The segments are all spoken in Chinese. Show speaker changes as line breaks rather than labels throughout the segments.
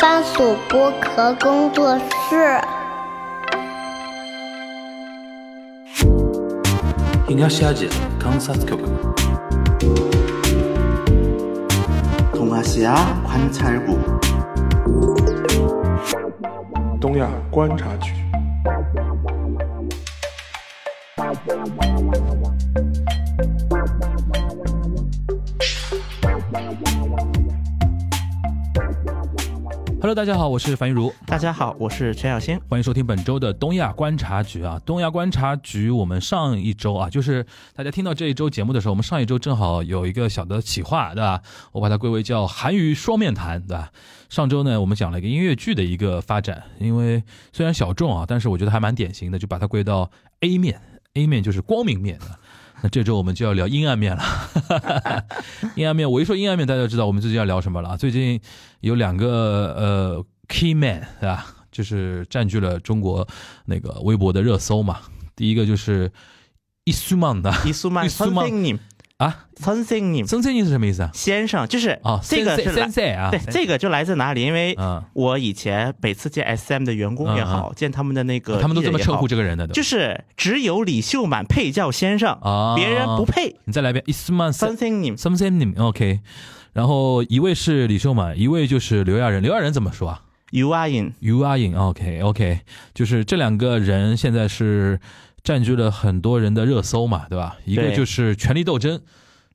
番薯剥壳工作室。
東アジア観察局
동아시아 관찰국
东亚观察局。
Hello，大家好，我是樊玉茹，
大家好，我是陈小星。
欢迎收听本周的东亚观察局啊。东亚观察局，我们上一周啊，就是大家听到这一周节目的时候，我们上一周正好有一个小的企划，对吧？我把它归为叫韩娱双面谈，对吧？上周呢，我们讲了一个音乐剧的一个发展，因为虽然小众啊，但是我觉得还蛮典型的，就把它归到 A 面，A 面就是光明面的。那这周我们就要聊阴暗面了，阴暗面，我一说阴暗面，大家就知道我们最近要聊什么了啊。最近有两个呃 key man 啊，就是占据了中国那个微博的热搜嘛。第一个就是伊苏曼的
伊苏曼
伊苏曼
선생님
啊，
선생님
森森你是什么意思啊？
先生，就是
啊，
这个是来
森森啊，
对，
sensei
这个就来自哪里？因为
嗯
我以前每次见 SM 的员工也好，见他们的那
啊
个
哦他们都这么
艺人也
称
好
呼，这个人的，对吧
就是只有李秀满配叫先生，
啊，
别人不配。
你再来一遍伊苏曼森
선생님
森森你 OK。然后一位是李秀满，一位就是刘亚仁，刘亚仁怎么说啊？
you are in，
U R 影，OK OK，就是这两个人现在是占据了很多人的热搜嘛，对吧？一个
对
就是权力斗争，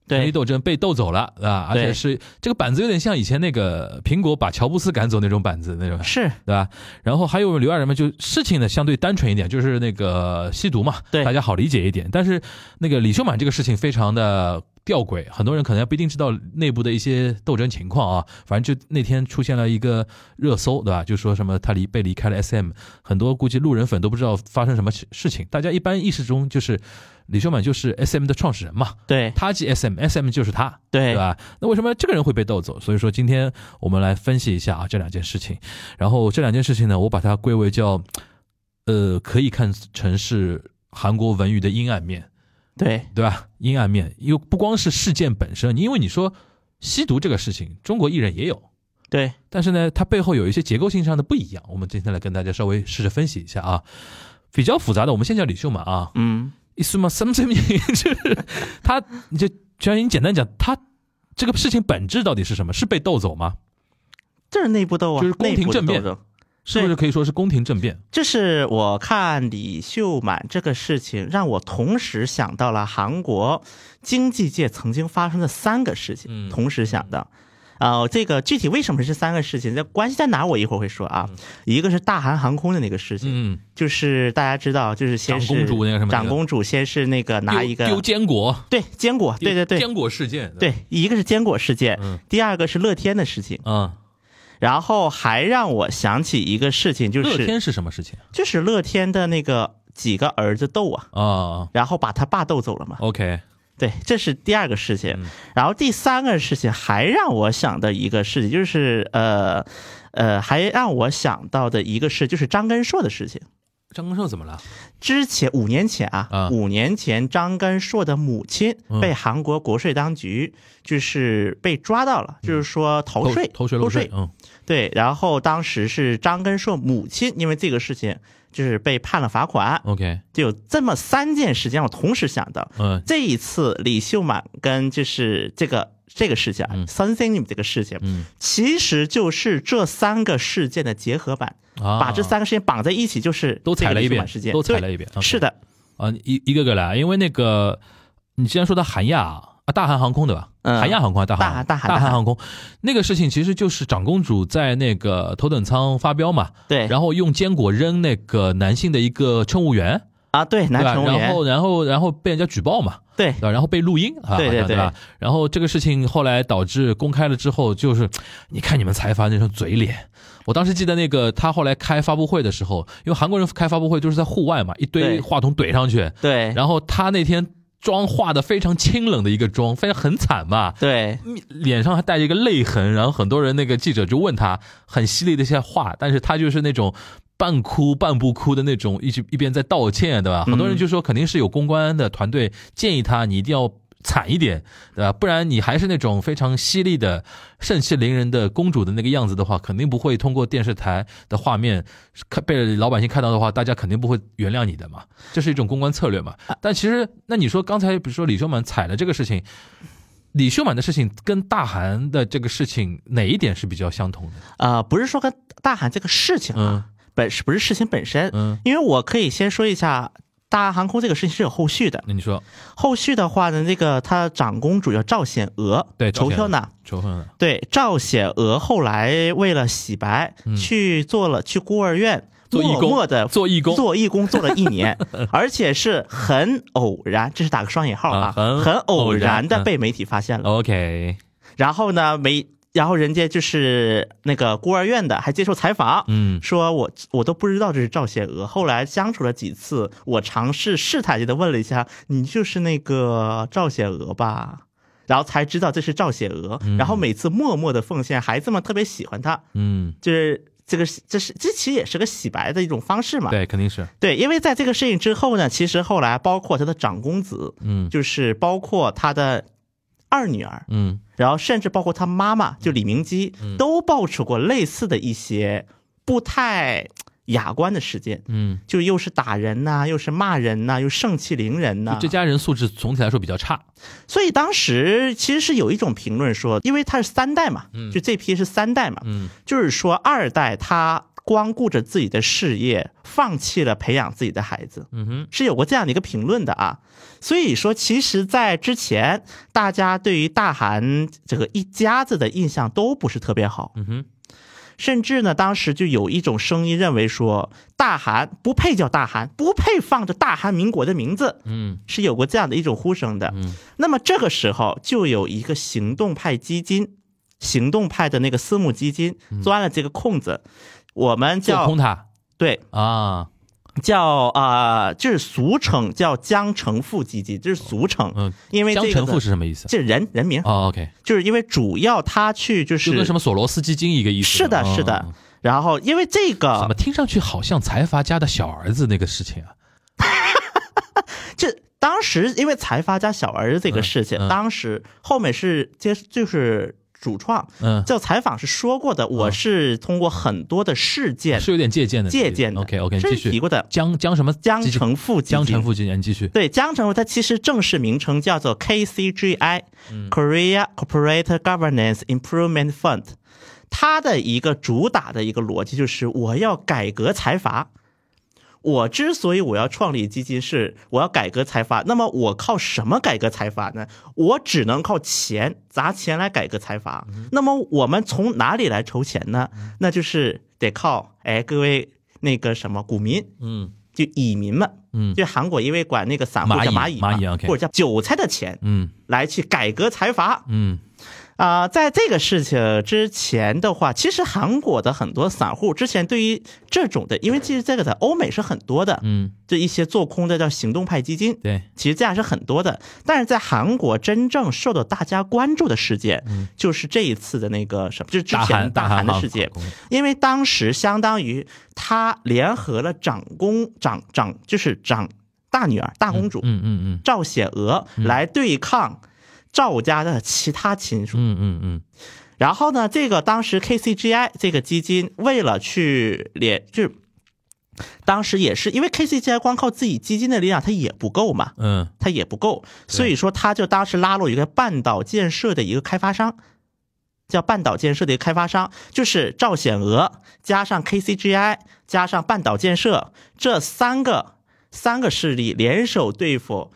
权力
对
斗争被斗走了啊，而且
对
是这个板子有点像以前那个苹果把乔布斯赶走那种板子那种，
是
对吧？然后还有刘亚仁嘛，就事情呢相对单纯一点，就是那个吸毒嘛，
对
大家好理解一点。但是那个李秀满这个事情非常的吊诡，很多人可能还不一定知道内部的一些斗争情况啊。反正就那天出现了一个热搜，对吧？就说什么他离被离开了 SM，很多估计路人粉都不知道发生什么事事情。大家一般意识中就是李秀满就是 SM 的创始人嘛，
对
他即 SM，SM 就是他，
对
对吧？那为什么这个人会被斗走？所以说今天我们来分析一下啊这两件事情，然后这两件事情呢，我把它归为叫，呃，可以看成是韩国文娱的阴暗面，
对
对吧？阴暗面，因为不光是事件本身，因为你说吸毒这个事情，中国艺人也有，
对
但是呢，它背后有一些结构性上的不一样，我们今天来跟大家稍微试着分析一下啊。比较复杂的，我们先讲李秀满啊，
嗯，
意思吗？something 就是他，你就全你简单讲，他这个事情本质到底是什么？是被斗走吗？
这是内部斗啊，
就是宫廷
内部的
政变
斗争。
是不是可以说是宫廷政变？
就是我看李秀满这个事情，让我同时想到了韩国经济界曾经发生的三个事情，
嗯
同时想到。呃，这个具体为什么是三个事情？这关系在哪儿？我一会儿会说啊。一个是大韩航空的那个事情，
嗯，
就是大家知道，就是先是
长公主那个什么
长公主先是那个拿一个
丢丢坚果，
对坚果，对对对
坚果事件，，
对，一个是坚果事件，
嗯
第二个是乐天的事情，
嗯，
然后还让我想起一个事情，就
乐
是
天是什么事情
就是乐天的那个几个儿子斗啊，
啊
然后把他爸斗走了嘛。
？OK，
对，这是第二个事情。
哦嗯
然后第三个事情还让我想的一个事情就是呃呃，还让我想到的一个事就是张根硕的事情。
张根硕怎么了？
之前五年前啊，
啊
五年前张根硕的母亲
嗯
被韩国国税当局就是被抓到了，就是说逃税，
嗯偷税漏税，嗯
对，然后当时是张根硕母亲因为这个事情就是被判了罚款，
，OK，
就有这么三件事情让我同时想到。
嗯
这一次李秀满跟就是这个这个事情啊
嗯
，something 这个事情，
嗯，
其实就是这三个事件的结合版，
啊，
把这三个事件绑在一起，就是
都
这个
踩了一
李秀
遍
满事，件
都踩
对
了一遍，
是的，
啊，一一个个来啊，因为那个你既然说到韩亚啊，大韩航空对吧？
嗯
韩亚航空啊还是大韩
大
航大
韩大韩
韩航空那个事情其实就是长公主在那个头等舱发飙嘛，
对，
然后用坚果扔那个男性的一个乘务员，
啊，对，
对
男
吧？
乘务
然
员，
后然后然后被人家举报嘛，
对
对吧？然后被录音啊，
对对
好像
对
吧？然后这个事情后来导致公开了之后，就是你看你们财阀那张嘴脸。我当时记得那个他后来开发布会的时候，因为韩国人开发布会就是在户外嘛，一堆
对
话筒怼上去，
对
然后他那天妆化的非常清冷的一个妆，非常很惨嘛，
对
面脸上还带着一个泪痕。然后很多人那个记者就问他很犀利的一些话，但是他就是那种。半哭半不哭的那种，一直一边在道歉，对吧？很多人就说肯定是有公关的团队建议他，你一定要惨一点，对吧？不然你还是那种非常犀利的、盛气凌人的公主的那个样子的话，肯定不会通过电视台的画面看被老百姓看到的话，大家肯定不会原谅你的嘛。这是一种公关策略嘛。但其实，那你说刚才比如说李秀满踩了这个事情，李秀满的事情跟大韩的这个事情哪一点是比较相同的？
呃，不是说跟大韩这个事情
嗯
啊，本是不是事情本身，
嗯，
因为我可以先说一下。大韩航空这个事情是有后续的，
那你说
后续的话呢，那个她长公主叫赵显娥，
对赵
仇
显娥
跳呢，
仇恨啊了？
对赵显娥后来为了洗白，
嗯
去做了去孤儿院
做义工
默默的
做义工
做义工做了一 年，而且是很偶然，这是打个双引号
啊
啊，
很
很
偶
偶然
然
的
嗯
被媒体发现了。
OK，
然后呢，没，然后人家就是那个孤儿院的还接受采访，
嗯
说我我都不知道这是赵显娥。后来相处了几次，我尝试试探性的问了一下，你就是那个赵显娥吧？然后才知道这是赵显娥，
嗯
然后每次默默的奉献，孩子们特别喜欢她，
嗯，
就是这个这是这其实也是个洗白的一种方式嘛。
对，肯定是，
对，因为在这个事情之后呢，其实后来包括她的长公子，
嗯
就是包括她的二女儿，
嗯
然后甚至包括他妈妈，就李明基，都爆出过类似的一些不太雅观的事件，
嗯，
就又是打人呐、又是骂人呐、又盛气凌人呐、
就这家人素质总体来说比较差。
所以当时其实是有一种评论说，因为他是三代嘛，就这批是三代嘛，
嗯
就是说二代他光顾着自己的事业，放弃了培养自己的孩子，
嗯哼，
是有过这样的一个评论的啊。所以说，其实，在之前，大家对于大韩这个一家子的印象都不是特别好，
嗯哼，
甚至呢，当时就有一种声音认为说，大韩不配叫大韩，不配放着大韩民国的名字，
嗯
是有过这样的一种呼声的。
嗯
那么这个时候，就有一个行动派基金，行动派的那个私募基金钻了这个空子，我们
嗯做空
叫
他
对
啊，
叫啊、呃就是俗称叫江城富基金，这是俗称，
嗯，
因为这
江
个
城富
呢
是什么意思？
这人人名，
哦，OK，
就是因为主要他去就是
就跟什么索罗斯基金一个意思。
是的，
嗯
是的。然后，因为这
怎么
个，
听上去好像财阀家的小儿子那个事情啊？
这当时因为财阀家小儿子这个事情，
嗯嗯
当时后面是接就是主创
嗯，
叫采访是说过的，我是通过很多的事件
是有点借鉴的。
借鉴的
OK OK，
这
继
是
续。
提过的
江江什么？
江
基金
城富基金
江城富基金，你继续。
对，江城它其实正式名称叫做 KCGI，Korea Corporate Governance Improvement Fund。它的一个主打的一个逻辑就是，我要改革财阀。我之所以我要创立基金是我要改革财阀，那么我靠什么改革财阀呢？我只能靠钱砸钱来改革财阀。
嗯
那么我们从哪里来筹钱呢？那就是得靠哎各位那个什么股民，
嗯
就蚁民们，
嗯
就韩国因为管那个散户叫
蚂
蚂
蚁
蚁
蚂
嘛
蚁，OK
或者叫韭菜的钱
嗯
来去改革财阀
嗯
啊、在这个事情之前的话，其实韩国的很多散户之前对于这种的，因为其实这个在欧美是很多的，
嗯，
就一些做空的叫行动派基金，
对，
其实这样是很多的。但是在韩国真正受到大家关注的事件，就是这一次的那个什么，就是之
嗯大
前
韩
大
韩
韩的
航
事件
空，
因为当时相当于他联合了长公长长就是长大女儿大公主
嗯嗯嗯
赵显娥来对抗赵家的其他亲属。
嗯嗯嗯
然后呢，这个当时 KCGI 这个基金为了去联就是。当时也是因为 KCGI 光靠自己基金的力量它也不够嘛，
嗯
它也不够，所以说他就当时拉拢一个半岛建设的一个开发商，叫半岛建设的一个开发商，就是赵显娥加上 KCGI 加上半岛建设这三个三个势力联手对付，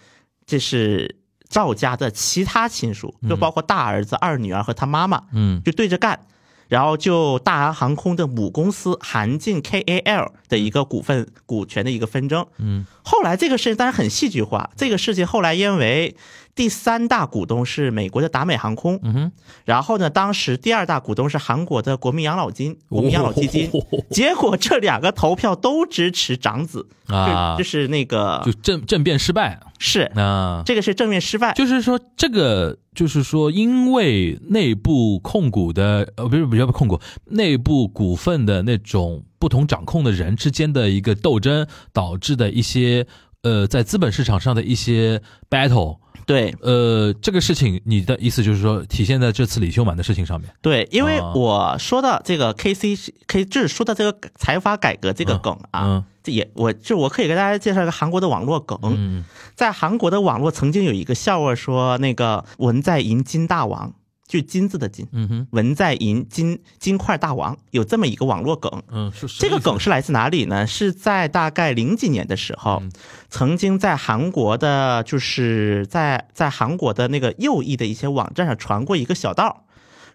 这是赵家的其他亲属，就包括大儿子、二女儿和他妈妈，
嗯
就对着干。然后就大韩航空的母公司韩进 KAL 的一个股份股权的一个纷争，
嗯
后来这个事情当然很戏剧化，这个事情后来因为第三大股东是美国的达美航空，
嗯哼，
然后呢，当时第二大股东是韩国的国民养老金、国民养老基金，
哦
结果这两个投票都支持长子
啊
就就是那个
就政政变失败
是
啊。
这个是正面失败，
就是说，这个就是说，因为内部控股的呃，不是不是控股，内部股份的那种不同掌控的人之间的一个斗争，导致的一些呃，在资本市场上的一些 battle，
对
呃，这个事情你的意思就是说体现在这次李秀满的事情上面，
对，因为
哦
我说到这个 K C K，就是说到这个财阀改革这个
嗯
梗啊，
嗯
这也我就我可以给大家介绍一个韩国的网络梗，
嗯，
在韩国的网络曾经有一个笑话说，那个文在寅金大王，就金字的金，
嗯哼，
文在寅金金块大王，有这么一个网络梗。
嗯，是是
这个梗是来自哪里呢？是在大概零几年的时候，
嗯
曾经在韩国的，就是在在韩国的那个右翼的一些网站上传过一个小道，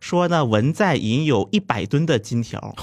说呢文在寅有一百吨的 金条，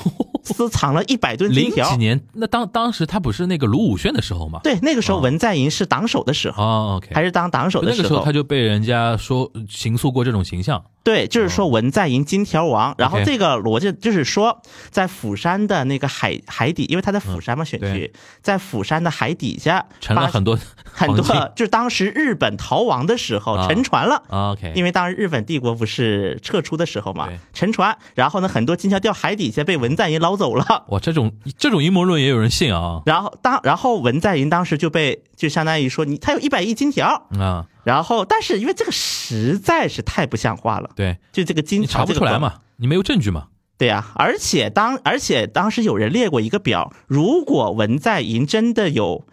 私藏了一百吨金
零几
条。
年，那当当时他不是那个卢武铉的时候吗？
对，那个时候文在寅是党首的时候，
哦，OK，
还是当党首的
那个
时
时候
候
他。就被人家说刑诉过这种形象，
对，就是说文在寅金条王，然后
哦 OK
这个逻辑就是说，在釜山的那个海海底，因为他在釜山嘛选区
嗯对，
在釜山的海底下
成了
发
很多
很多
黄金，
就是当时日本逃亡的时候
啊
沉船了。
啊 OK，为
因为当时日本帝国不是撤出的时候嘛
对，
沉船，然后呢，很多金条掉海底下被文在寅捞走了，
哇，这种这种阴谋论也有人信啊
然后当然后文在寅当时就被就相当于说你他有一百亿金条，
啊，
然后但是因为这个实在是太不像话了，
对
就这个金
你
条
查不
这个
出来
梗
嘛，你没有证据嘛，
对呀、而且当而且当时有人列过一个表，如果文在寅真的有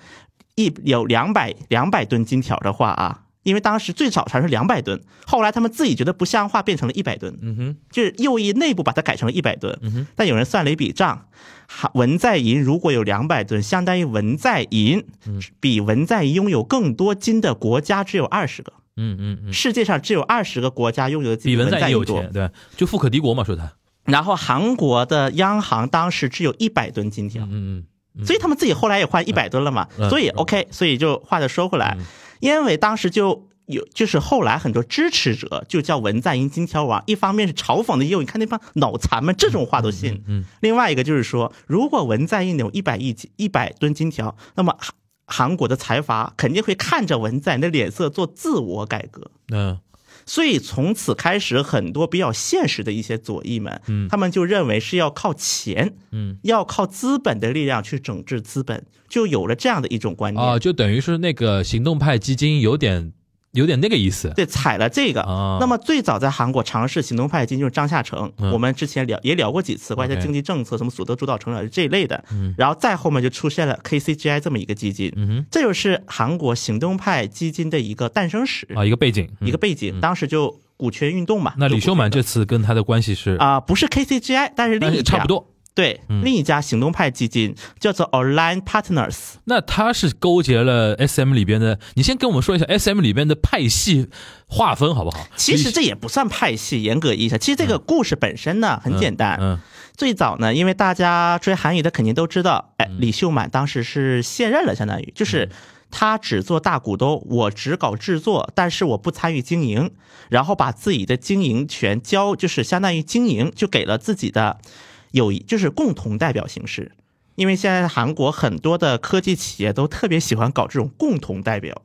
一有两百两百吨金条的话啊，因为当时最早传是两百吨，后来他们自己觉得不像话，变成了一百吨。嗯哼，就是右翼内部把它改成了一百吨。嗯哼，但有人算了一笔账，哈文在寅如果有两百吨，相当于文在寅
嗯
比文在寅拥有更多金的国家只有二十个。
嗯嗯嗯，
世界上只有二十个国家拥有的金
比文在
在
寅有
多
钱，对，就富可敌国嘛，说他，
然后韩国的央行当时只有一百吨金条，
嗯嗯
所以他们自己后来也换一百吨了嘛。
嗯
所以
嗯
OK，所以就话就说回来，因为当时就有就是后来很多支持者就叫文在寅金条王，一方面是嘲讽的业务，你看那帮脑残们这种话都信；
嗯
另外一个就是说，如果文在寅有一百亿一百吨金条，那么韩韩国的财阀肯定会看着文在寅的脸色做自我改革。
嗯
所以从此开始，很多比较现实的一些左翼们，
嗯
他们就认为是要靠钱，
嗯
要靠资本的力量去整治资本，就有了这样的一种观
嗯
念。
啊，就等于是那个行动派基金有点有点那个意思，
对，踩了这个。
啊
那么最早在韩国尝试行动派金就是张夏成，
嗯
我们之前聊也聊过几次关于他
OK 嗯
经济政策、什么所得主导成长这一类的。然后再后面就出现了 KCGI 这么一个基金，
哼
这就是韩国行动派基金的一个诞生史、
啊，一个背景，嗯
一个背景。当时就股权运动嘛。
那李秀满
就
这次跟他的关系是
股权，啊、不是 KCGI，但是
但
另一
是
家
差不多。嗯
对，另一家行动派基金叫做 Align Partners。
那他是勾结了 S M 里边的，你先跟我们说一下 S M 里边的派系划分好不好？
其实这也不算派系，严格意义上，其实这个故事本身呢很
嗯
简单。
嗯
最早呢，因为大家追韩语的肯定都知道，哎，
嗯
李秀满当时是卸任了，相当于就是他只做大股东，我只搞制作，但是我不参与经营，然后把自己的经营权交，就是相当于经营就给了自己的有一就是共同代表形式。因为现在韩国很多的科技企业都特别喜欢搞这种共同代表，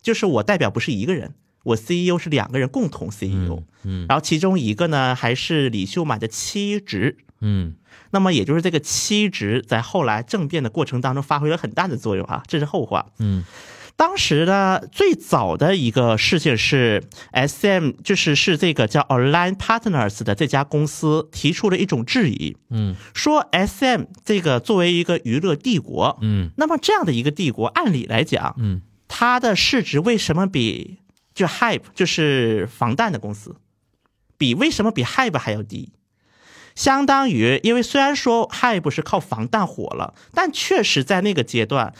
就是我代表不是一个人，我 CEO 是两个人共同 CEO，、
嗯
然后其中一个呢还是李秀满的妻侄，
嗯
那么也就是这个妻侄在后来政变的过程当中发挥了很大的作用啊，这是后话。
嗯，
当时呢，最早的一个事情是 S M，就是是这个叫 Align Partners 的这家公司提出了一种质疑，
嗯，
说 S M 这个作为一个娱乐帝国，
嗯，
那么这样的一个帝国，按理来讲，
嗯，
它的市值为什么比就 Hype 就是防弹的公司，比为什么比 Hype 还要低？相当于，因为虽然说 Hype 是靠防弹火了，但确实在那个阶段，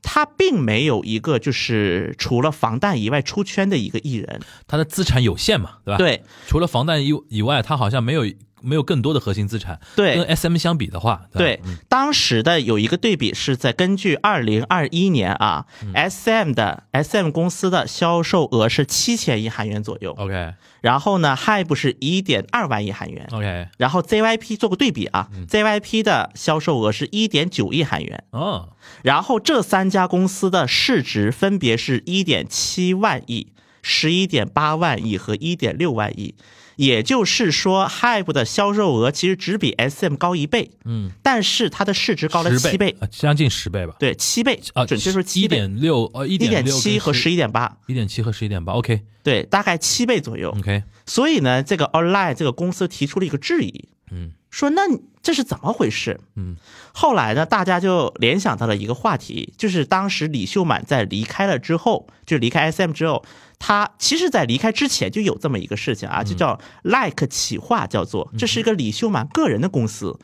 他并没有一个就是除了防弹以外出圈的一个艺人。
他的资产有限嘛，对吧？，
对
除了房贷以以外，他好像没有没有更多的核心资产。跟
对
S M 相比的话，
对
吧，
当时的有一个对比是在根据二零二一年啊，S M 的 S M 公司的销售额是七千亿韩元左右，
，OK
然后呢，Hype 是一点二万亿韩元。
OK，
然后 ZYP 做个对比啊、z
嗯
y p 的销售额是一点九亿韩元，
哦，
然后这三家公司的市值分别是一点七万亿、十一点八万亿和一点六万亿。也就是说，Hive 的销售额其实只比 SM 高一倍，
嗯，
但是它的市值高了
十
七倍，
啊将近十倍吧？
对，七倍
啊，
准确说
一
七倍，
点六呃一
一点
六
七和十一点八，
一点七和十一点八，OK
对，大概七倍左右。
OK，
所以呢，这个 Online 这个公司提出了一个质疑，
嗯，
说那你这是怎么回事？
嗯，
后来呢，大家就联想到了一个话题，就是当时李秀满在离开了之后，就离开 SM 之后，他其实在离开之前就有这么一个事情啊，
嗯
就叫 Like 企划，叫做这是一个李秀满个人的公司，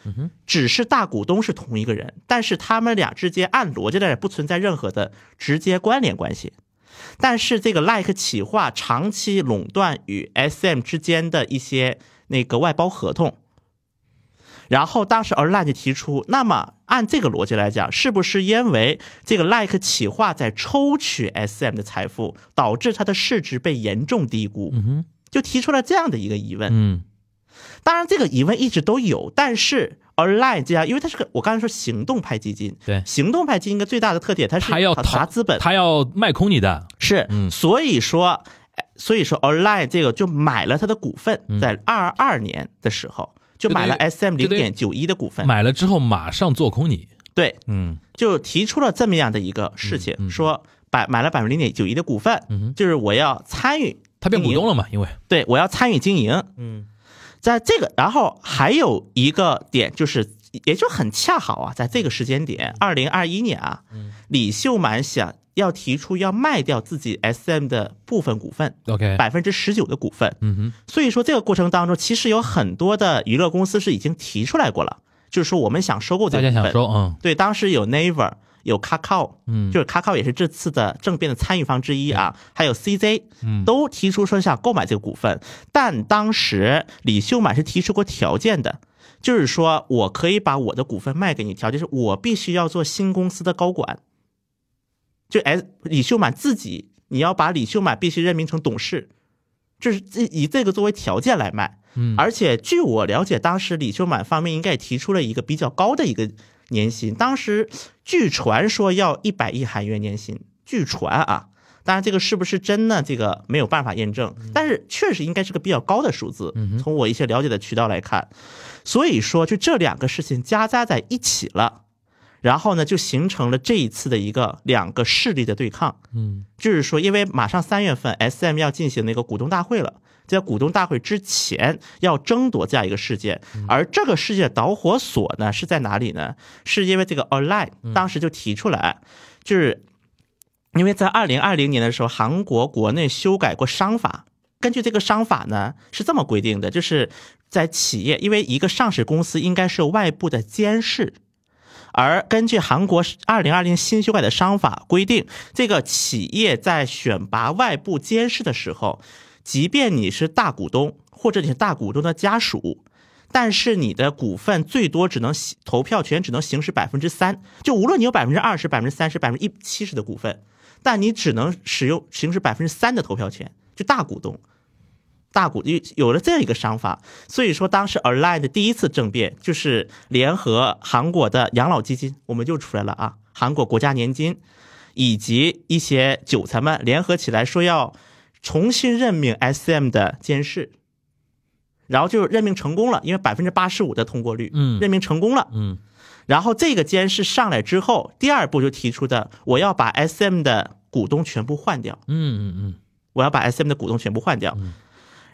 只是大股东是同一个人，但是他们俩之间按逻辑来讲不存在任何的直接关联关系。但是这个 Like 企划长期垄断与 SM 之间的一些那个外包合同，然后当时 Align 就提出，那么按这个逻辑来讲，是不是因为这个 Like 企划在抽取 SM 的财富，导致它的市值被严重低估？
嗯哼，
就提出了这样的一个疑问。
嗯
当然，这个疑问一直都有，但是 Align 这样，因为它是个我刚才说行动派基金，
对
行动派基金一个最大的特点，它是
他要
考
投
察资本，
他要卖空你的，
是，
嗯
所以说，哎所以说 Align 这个就买了它的股份，
嗯
在二二年的时候。就买了
就等于
SM
就
零
等于
点九一的股份，
买了之后马上做空你，
对，
嗯
就提出了这么样的一个事情，说百买了百分之零点九一的股份，
嗯哼
就是我要参与，
他变股东
了，
了嘛，因为
对我要参与经营，
嗯，
在这个，然后还有一个点就是。也就很恰好啊，在这个时间
嗯
点，二零二一年啊，李秀满想要提出要卖掉自己 SM 的部分股份，
OK，
百分之十九的股份，
嗯哼，
所以说这个过程当中，其实有很多的娱乐公司是已经提出来过了，就是说我们想收购这
大
个
家想
股份，
说，嗯
对，当时有 Naver，有 Kakao，
嗯，
就是卡考也是这次的政变的参与方之一啊，还有 CZ，
嗯
都提出说想购买这个股份，但当时李秀满是提出过条件的，就是说我可以把我的股份卖给你，条件是我必须要做新公司的高管，就哎李秀满自己，你要把李秀满必须任命成董事，这是这以这个作为条件来卖，
嗯
而且据我了解，当时李秀满方面应该也提出了一个比较高的一个年薪，当时据传说要一百亿韩元年薪，据传啊，当然这个是不是真呢？这个没有办法验证，但是确实应该是个比较高的数字。从我一些了解的渠道来看，所以说就这两个事情夹杂在一起了，然后呢就形成了这一次的一个两个势力的对抗。
嗯
就是说，因为马上三月份 SM 要进行那个股东大会了，在股东大会之前要争夺这样一个事件，而这个事件的导火索呢是在哪里呢？是因为这个 Align 当时就提出来，就是因为在二零二零年的时候，韩国国内修改过商法。根据这个商法呢，是这么规定的，就是在企业，因为一个上市公司应该是有外部的监视，而根据韩国二零二零新修改的商法规定，这个企业在选拔外部监事的时候，即便你是大股东或者你是大股东的家属，但是你的股份最多只能行投票权只能行使百分之三，就无论你有百分之二十、百分之三十、百分之一七十的股份，但你只能使用行使百分之三的投票权，就大股东。大股有有了这样一个商法，所以说当时 Align 的第一次政变就是联合韩国的养老基金，我们又出来了啊，韩国国家年金，以及一些韭菜们联合起来说要重新任命 SM 的监事，然后就任命成功了，因为百分之八十五的通过率，
嗯
任命成功了，
嗯
然后这个监事上来之后，第二步就提出的，我要把 SM 的股东全部换掉，
嗯嗯嗯，
我要把 SM 的股东全部换掉，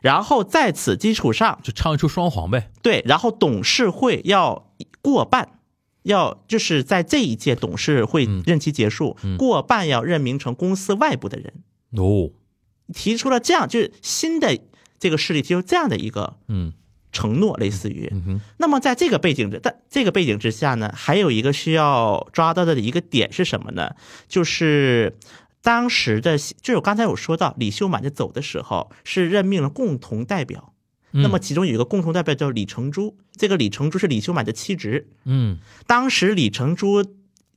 然后在此基础上，
就唱一出双簧呗，
对，然后董事会要过半，要就是在这一届董事会任期结束，过半要任命成公司外部的人，
哦，
提出了这样就是新的这个势力提出这样的一个
嗯
承诺，类似于。
嗯哼，
那么在这个背景之，但这个背景之下呢，还有一个需要抓到的一个点是什么呢？就是当时的，就是我刚才有说到，李秀满在走的时候是任命了共同代表，
嗯
那么其中有一个共同代表叫李成珠，这个李成珠是李秀满的妻侄，
嗯
当时李成珠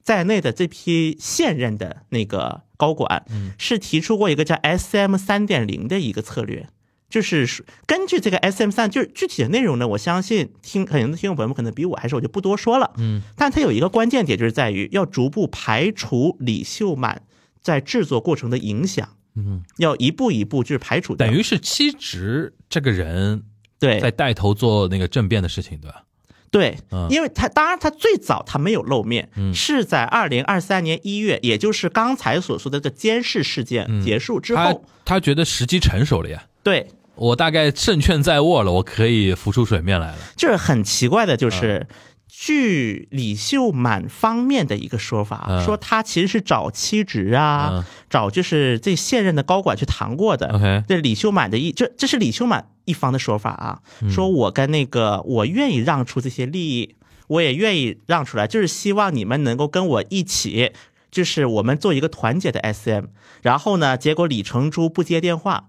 在内的这批现任的那个高管，
嗯
是提出过一个叫 SM 三点零的一个策略，就是说根据这个 SM 三，就是具体的内容呢，我相信听很多听众朋友们可能比我还是我就不多说了，
嗯，
但它有一个关键点就是在于要逐步排除李秀满在制作过程的影响，
嗯，
要一步一步就是排除掉，
等于是妻侄这个人
对
在带头做那个政变的事情，对吧？
对
嗯，
因为他当然他最早他没有露面，
嗯
是在二零二三年一月，也就是刚才所说的这个监视事件结束之
他
后，
他觉得时机成熟了呀，
对，
我大概胜券在握了，我可以浮出水面来了。
就是很奇怪的，就是。
嗯
据李秀满方面的一个说法，
嗯
说他其实是找妻侄啊，
嗯
找就是这现任的高管去谈过的。
OK
这李秀满的一这这是李秀满一方的说法啊，
嗯
说我跟那个我愿意让出这些利益，我也愿意让出来，就是希望你们能够跟我一起，就是我们做一个团结的 SM。然后呢，结果李成珠不接电话。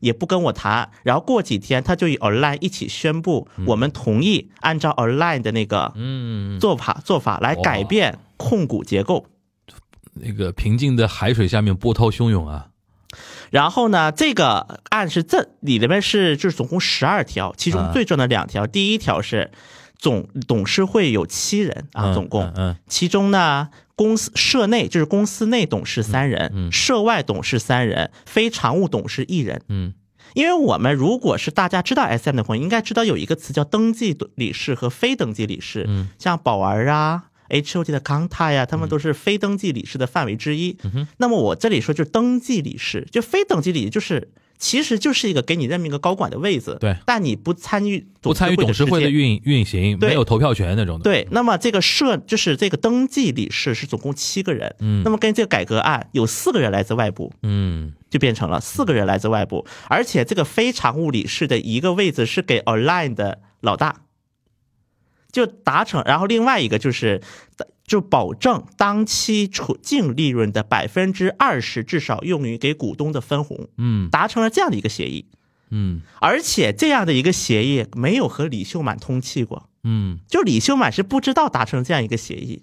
也不跟我谈，然后过几天他就与 Align 一起宣布，我们同意按照 Align 的那个
嗯，
做法、做法来改
哇
变控股结构。
那个平静的海水下面波涛汹涌啊，
然后呢，这个案是这里面是就是总共十二条，其中
嗯
最重要的两条，第一条是总董事会有七人啊，
嗯
总共，
嗯嗯
其中呢。公司社内就是公司内董事三人，
嗯嗯
社外董事三人，非常务董事一人。
嗯
因为我们如果是大家知道 S M 的朋友，应该知道有一个词叫登记理事和非登记理事，
嗯
像宝儿啊。H O T 的康泰呀，他们都是非登记理事的范围之一。
嗯
那么我这里说就是登记理事，就非登记理事就是其实就是一个给你任命一个高管的位子，
对
但你不参与
不参与董事会的
直接
运运行，
对
没有投票权那种的。，
对，那么这个社就是这个登记理事是总共七个人，
嗯
那么跟这个改革案有四个人来自外部，
嗯
就变成了四个人来自外部，而且这个非常物理室的一个位置是给 Align 的老大，就达成。然后另外一个就是，就保证当期纯净利润的百分之二十至少用于给股东的分红，
嗯
达成了这样的一个协议。
嗯
而且这样的一个协议没有和李秀满通气过，
嗯
就李秀满是不知道达成这样一个协议。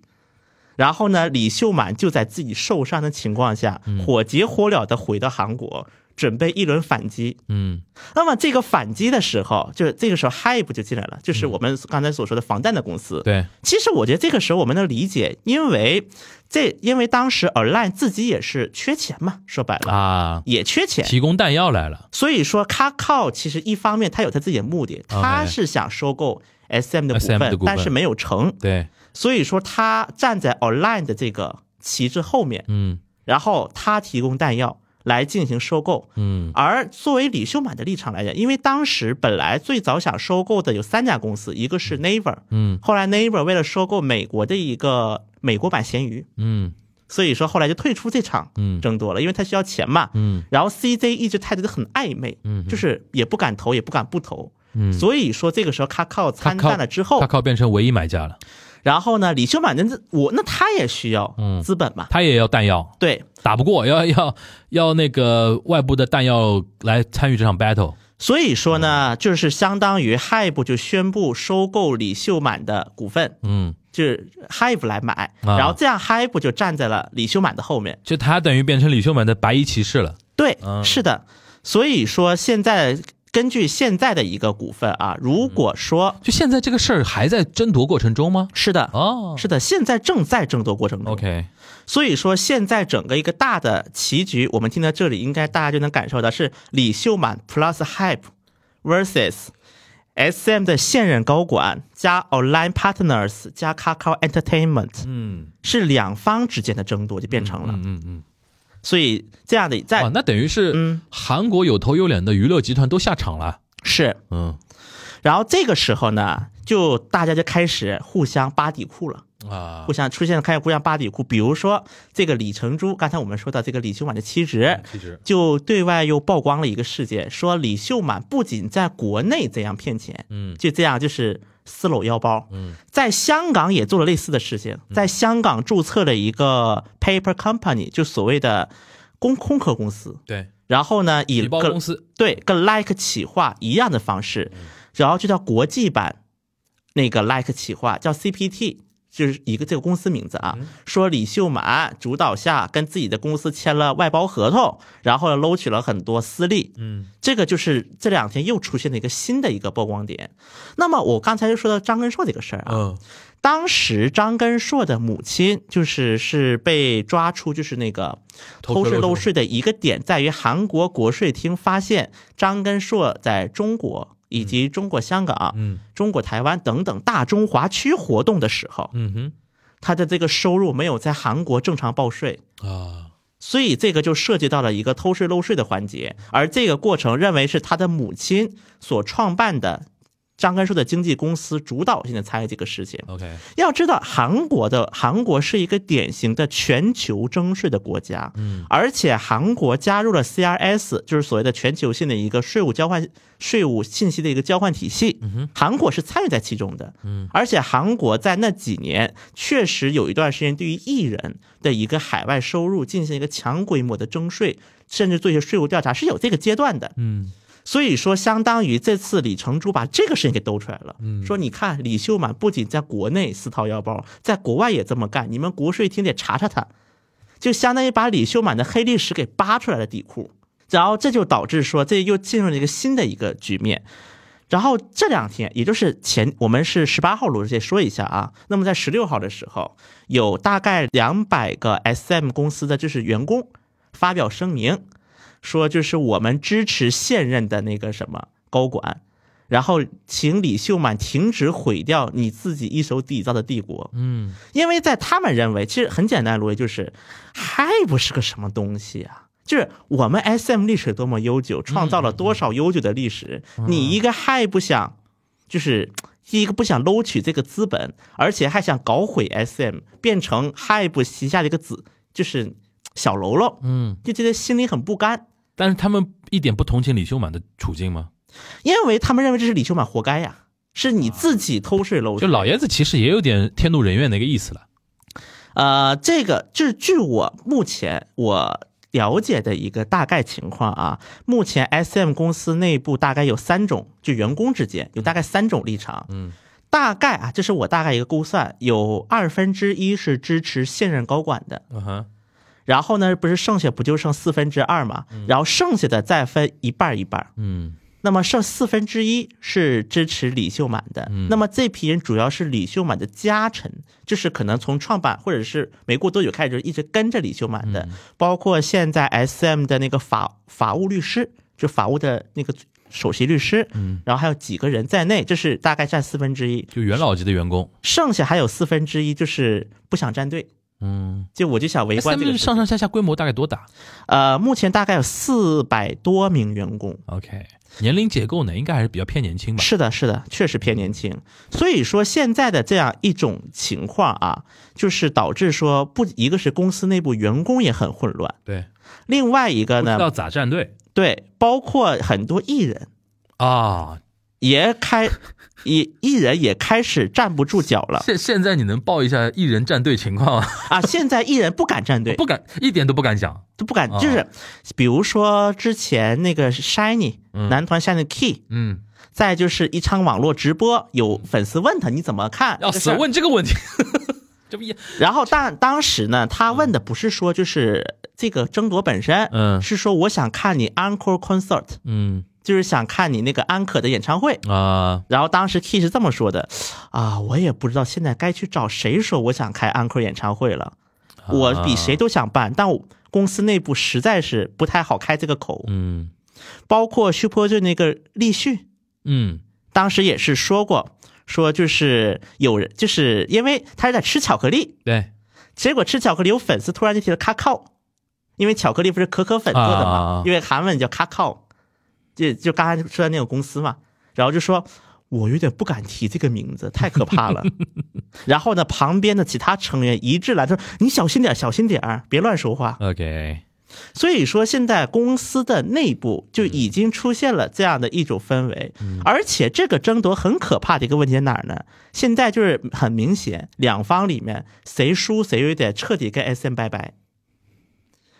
然后呢，李秀满就在自己受伤的情况下，
嗯
火急火燎的回到韩国，准备一轮反击。
嗯
那么这个反击的时候，就是这个时候 Hype 就进来了，就是我们刚才所说的防弹的公司。
嗯对，
其实我觉得这个时候我们能理解，因为这因为当时 Align 自己也是缺钱嘛，说白了、
啊，
也缺钱，
提供弹药来了。
所以说，卡靠其实一方面他有他自己的目的，
哦
他是想收购 S M 的股
SM 哎的
份
股，份
但是没有成，
对，
所以说他站在 Align 的这个旗帜后面，
嗯
然后他提供弹药来进行收购。
嗯
而作为李秀满的立场来讲，因为当时本来最早想收购的有三家公司，一个是 Naver，
嗯
后来 Naver 为了收购美国的一个美国版咸鱼，
嗯
所以说后来就退出这场
嗯
争夺了，因为他需要钱嘛。
嗯
然后 CJ 一直态度都很暧昧，
嗯
就是也不敢投，也不敢不投。
嗯，
所以说这个时候卡靠参战了之
他
后，
靠变成唯一买家了，
然后呢，李秀满那我那他也需要
嗯
资本嘛，
他也要弹药，
对，
打不过要要要那个外部的弹药来参与这场 battle。
所以说
嗯
呢，就是相当于 Hype 就宣布收购李秀满的股份，
嗯，
就是 Hype 来买，
啊
然后这样 Hype 就站在了李秀满的后面，
就他等于变成李秀满的白衣骑士了。
对
嗯，
是的，所以说现在根据现在的一个股份啊，如果说
就现在这个事儿还在争夺过程中吗？
是的。
哦，
是的，现在正在争夺过程中。
OK，
所以说，现在整个一个大的棋局，我们听到这里，应该大家就能感受到是李秀满 plus Hype versus SM 的现任高管加 Online Partners 加 Kakao Entertainment
嗯
是两方之间的争夺，就变成了。
嗯嗯
所以这样的
嗯，哇，
在
那等于是
嗯
韩国有头有脸的娱乐集团都下场了。
是，
嗯
然后这个时候呢，就大家就开始互相扒底裤了。
啊
互，相出现了开始互相扒底裤，比如说这个李成珠，刚才我们说到这个李秀满的妻子，
其实
就对外又曝光了一个事件，说李秀满不仅在国内这样骗钱，
嗯
就这样就是私搂腰包，
嗯，
在香港也做了类似的事情，在香港注册了一个 paper company，就所谓的公空壳公司，
对，
然后呢以
礼包公
跟
司
对跟 like 企划一样的方式，然后就叫国际版那个 like 企划，叫 CPT。就是一个这个公司名字啊，说李秀满主导下跟自己的公司签了外包合同，然后搂取了很多私利，
嗯
这个就是这两天又出现了一个新的一个曝光点。那么我刚才就说到张根硕这个事儿啊，
嗯
当时张根硕的母亲就是是被抓出就是那个
偷
偷
税
税
漏
漏
税
税的一个点在于韩国国税厅发现张根硕在中国。以及中国香港、
嗯
中国台湾等等大中华区活动的时候，
嗯
他的这个收入没有在韩国正常报税，
哼啊，
所以这个就涉及到了一个偷税漏税的环节，而这个过程认为是他的母亲所创办的张根硕的经纪公司主导性的参与这个事情。
OK，
要知道，韩国的韩国是一个典型的全球征税的国家，嗯，而且韩国加入了 CRS，就是所谓的全球性的一个税务交换、税务信息的一个交换体系，嗯韩国是参与在其中的，嗯，而且韩国在那几年确实有一段时间对于艺人的一个海外收入进行一个强规模的征税，甚至做一些税务调查，是有这个阶段的，
嗯
所以说，相当于这次李成珠把这个事情给兜出来了。嗯，说你看，李秀满不仅在国内私掏腰包，在国外也这么干，你们国税厅得查查他，就相当于把李秀满的黑历史给扒出来了底裤。然后这就导致说，这又进入了一个新的一个局面。然后这两天，也就是前我们是十八号录制，说一下啊。那么在十六号的时候，有大概两百个 SM 公司的就是员工发表声明，说就是我们支持现任的那个什么高管，然后请李秀满停止毁掉你自己一手底造的帝国。
嗯
因为在他们认为，其实很简单的逻辑就是，还不是个什么东西啊。就是我们 S M 历史多么悠久，创造了多少悠久的历史，你一个还不想，就是第一个不想搂取这个资本，而且还想搞毁 S M，变成 Hype 旗下的一个子，就是小喽啰，
嗯，
就觉得心里很不甘，
但是他们一点不同情李秀满的处境吗？
因为他们认为这是李秀满活该呀、是你自己偷税漏
就
税。
老爷子其实也有点天怒人怨的一个意思了。
呃，这个就是据我目前我了解的一个大概情况啊，目前 S M 公司内部大概有三种，就员工之间有大概三种立场。嗯，大概啊，这是我大概一个估算，有二分之一是支持现任高管的，
嗯哼，
然后呢，不是剩下不就剩四分之二嘛，然后剩下的再分一半儿一半儿。
嗯
那么剩四分之一是支持李秀满的，那么这批人主要是李秀满的家臣，就是可能从创办或者是没过多久开始就一直跟着李秀满的，包括现在 S M 的那个法法务律师，就法务的那个首席律师，然后还有几个人在内，这是大概占四分之一，
就元老级的员工，
剩下还有四分之一就是不想站队，
嗯，
就我就想围观
他
这个
们
事
上
情。
上下下规模大概多大
呃，目前大概有四百多名员工。
？OK，年龄结构呢，应该还是比较偏年轻吧。
是的，是的，确实偏年轻。所以说现在的这样一种情况啊，就是导致说不，一个是公司内部员工也很混乱，
对，
另外一个
不知道
呢，
咋站队
对，包括很多艺人
啊。
也开， 也艺人也开始站不住脚了
现现在你能报一下艺人站队情况吗？
啊！现在艺人不敢站队，
不敢，一点都不敢讲。
都不敢，
哦
就是比如说之前那个 Shiny
嗯
男团 Shiny Key，
嗯，
再就是一场网络直播，有粉丝问他你怎么看？
要
这
死
事儿
问这个问题， 这不也
然后当当时呢，他问的不是说就是这个争夺本身，
嗯
是说我想看你 encore concert，
嗯
就是想看你那个安可的演唱会。
啊
然后当时 Key 是这么说的，啊，我也不知道现在该去找谁说我想开 encore 演唱会了，我比谁都想办，但我公司内部实在是不太好开这个口，
嗯
包括 Super Junior 那个立旭，
嗯
当时也是说过，说就是有人就是因为他是在吃巧克力，
对
结果吃巧克力有粉丝突然就提了卡靠，因为巧克力不是可可粉做的
啊啊
嘛
啊，
因为韩文叫卡靠，就就刚才说的那个公司嘛，然后就说。我有点不敢提这个名字，太可 怕了。然后呢，旁边的其他成员一致来说：“你小心点儿，小心点儿，别乱说话。
，OK，”
所以说，现在公司的内部就已经出现了这样的一种氛围，而且这个争夺很可怕的一个问题在哪儿呢？现在就是很明显，两方里面谁输谁有点彻底跟 S M 拜拜。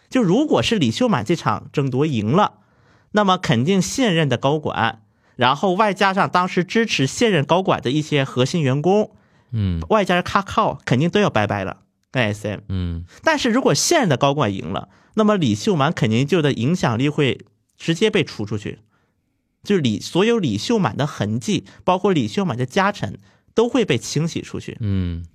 就如果是李秀满这场争夺赢了，那么肯定现任的高管，然后外加上当时支持现任高管的一些核心员工，
嗯
外加上卡靠，肯定都要拜拜了跟 S M。
嗯
但是如果现任的高管赢了，那么李秀满肯定就的影响力会直接被除出去，就是李所有李秀满的痕迹，包括李秀满的家臣，都会被清洗出去。
嗯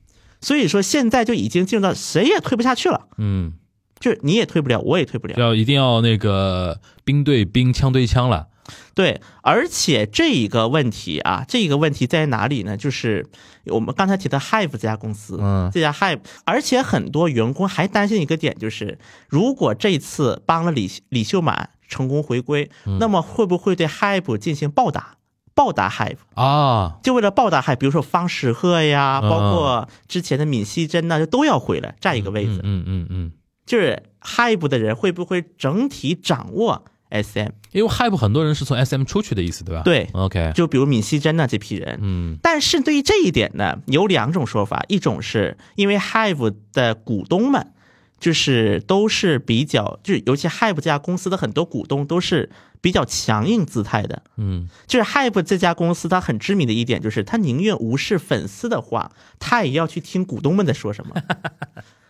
所以说现在就已经进入到谁也退不下去了，
嗯，
就是你也退不了，我也退不了。
要一定要那个兵对兵，枪对枪了，
对，而且这一个问题啊，这一个问题在哪里呢？就是我们刚才提到 Hive 这家公司，
嗯
这家 Hive，而且很多员工还担心一个点，就是如果这次帮了李李秀满成功回归，
嗯
那么会不会对 Hive 进行报答？报答 Hive，
啊，
就为了报答 Hive，比如说方时赫呀，
嗯
包括之前的闵熙珍呐，就都要回来占一个位置。
嗯嗯嗯嗯，
就是 Hive 的人会不会整体掌握 SM？
因为 Hype 很多人是从 SM 出去的意思，对吧？
对
，OK，
就比如闵熙珍呐这批人，
嗯
但是对于这一点呢，有两种说法，一种是因为 Hive 的股东们，就是都是比较，就是尤其 Hive 这家公司的很多股东都是比较强硬姿态的。
嗯
就是 Hive 这家公司，它很知名的一点就是，它宁愿无视粉丝的话，它也要去听股东们在说什么。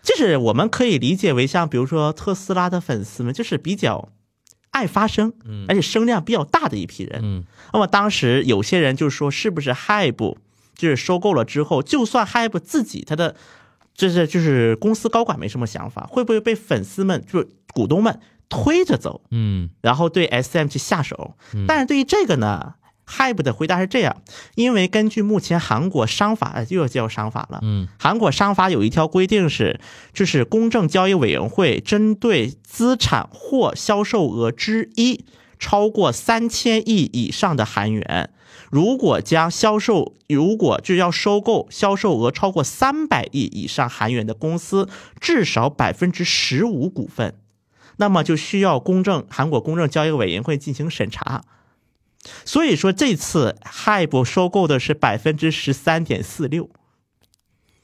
就是我们可以理解为，像比如说特斯拉的粉丝们，就是比较爱发声，而且声量比较大的一批人。
嗯
那么当时有些人就说，是不是 Hive 就是收购了之后，就算 Hive 自己他的就是就是公司高管没什么想法，会不会被粉丝们就是股东们推着走，
嗯
然后对 SM 去下手？但是对于这个呢，Hive 的回答是这样，因为根据目前韩国商法呃又要叫商法了，
嗯
韩国商法有一条规定是，就是公正交易委员会针对资产或销售额之一超过三千亿以上的韩元，如果将销售如果就要收购销售额超过三百亿以上韩元的公司，至少百分之十五股份，那么就需要公正韩国公正交易委员会进行审查。所以说，这次 Hive 收购的是百分之十三点四六，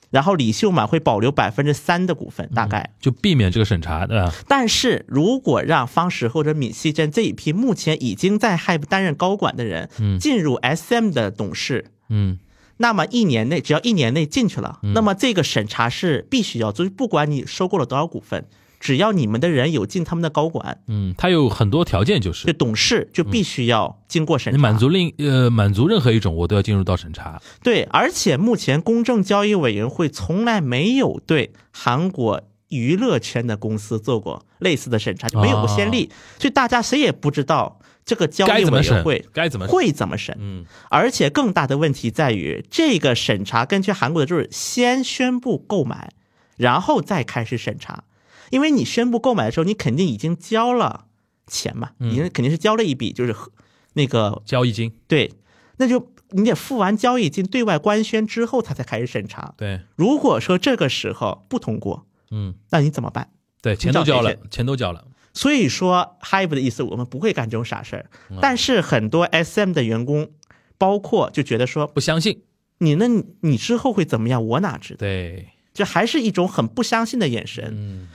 然后李秀满会保留百分之三的股份，
嗯
大概。
就避免这个审查，对吧？
但是如果让方时或者闵熙珍这一批目前已经在 Hive 担任高管的人进入 SM 的董事，
嗯
那么一年内只要一年内进去了，那么这个审查是必须要做，就是不管你收购了多少股份，只要你们的人有进他们的高管，
嗯，它有很多条件，就
就是董事就必须要经过审
你
查。
满足另呃满足任何一种，我都要进入到审查。
对，而且目前公正交易委员会从来没有对韩国娱乐圈的公司做过类似的审查，就没有过先例，所以大家谁也不知道这个交
哦该
易
怎
委
么审
员会？
该怎么审？
会怎么审。
嗯
而且更大的问题在于，这个审查根据韩国的就是先宣布购买，然后再开始审查，因为你宣布购买的时候，你肯定已经交了钱嘛，
嗯
已经肯定是交了一笔，就是和那个
交易金，
对，那就你得付完交易金，对外官宣之后，他才开始审查。
对，
如果说这个时候不通过，
嗯
那你怎么办？
对，钱都交了
你找谁，
钱都交了，
所以说，Hive 的意思，我们不会干这种傻事儿。
嗯
但是很多 SM 的员工，包括就觉得说，
不相信，
你那你你之后会怎么样？我哪知道？
对，
就还是一种很不相信的眼神。
嗯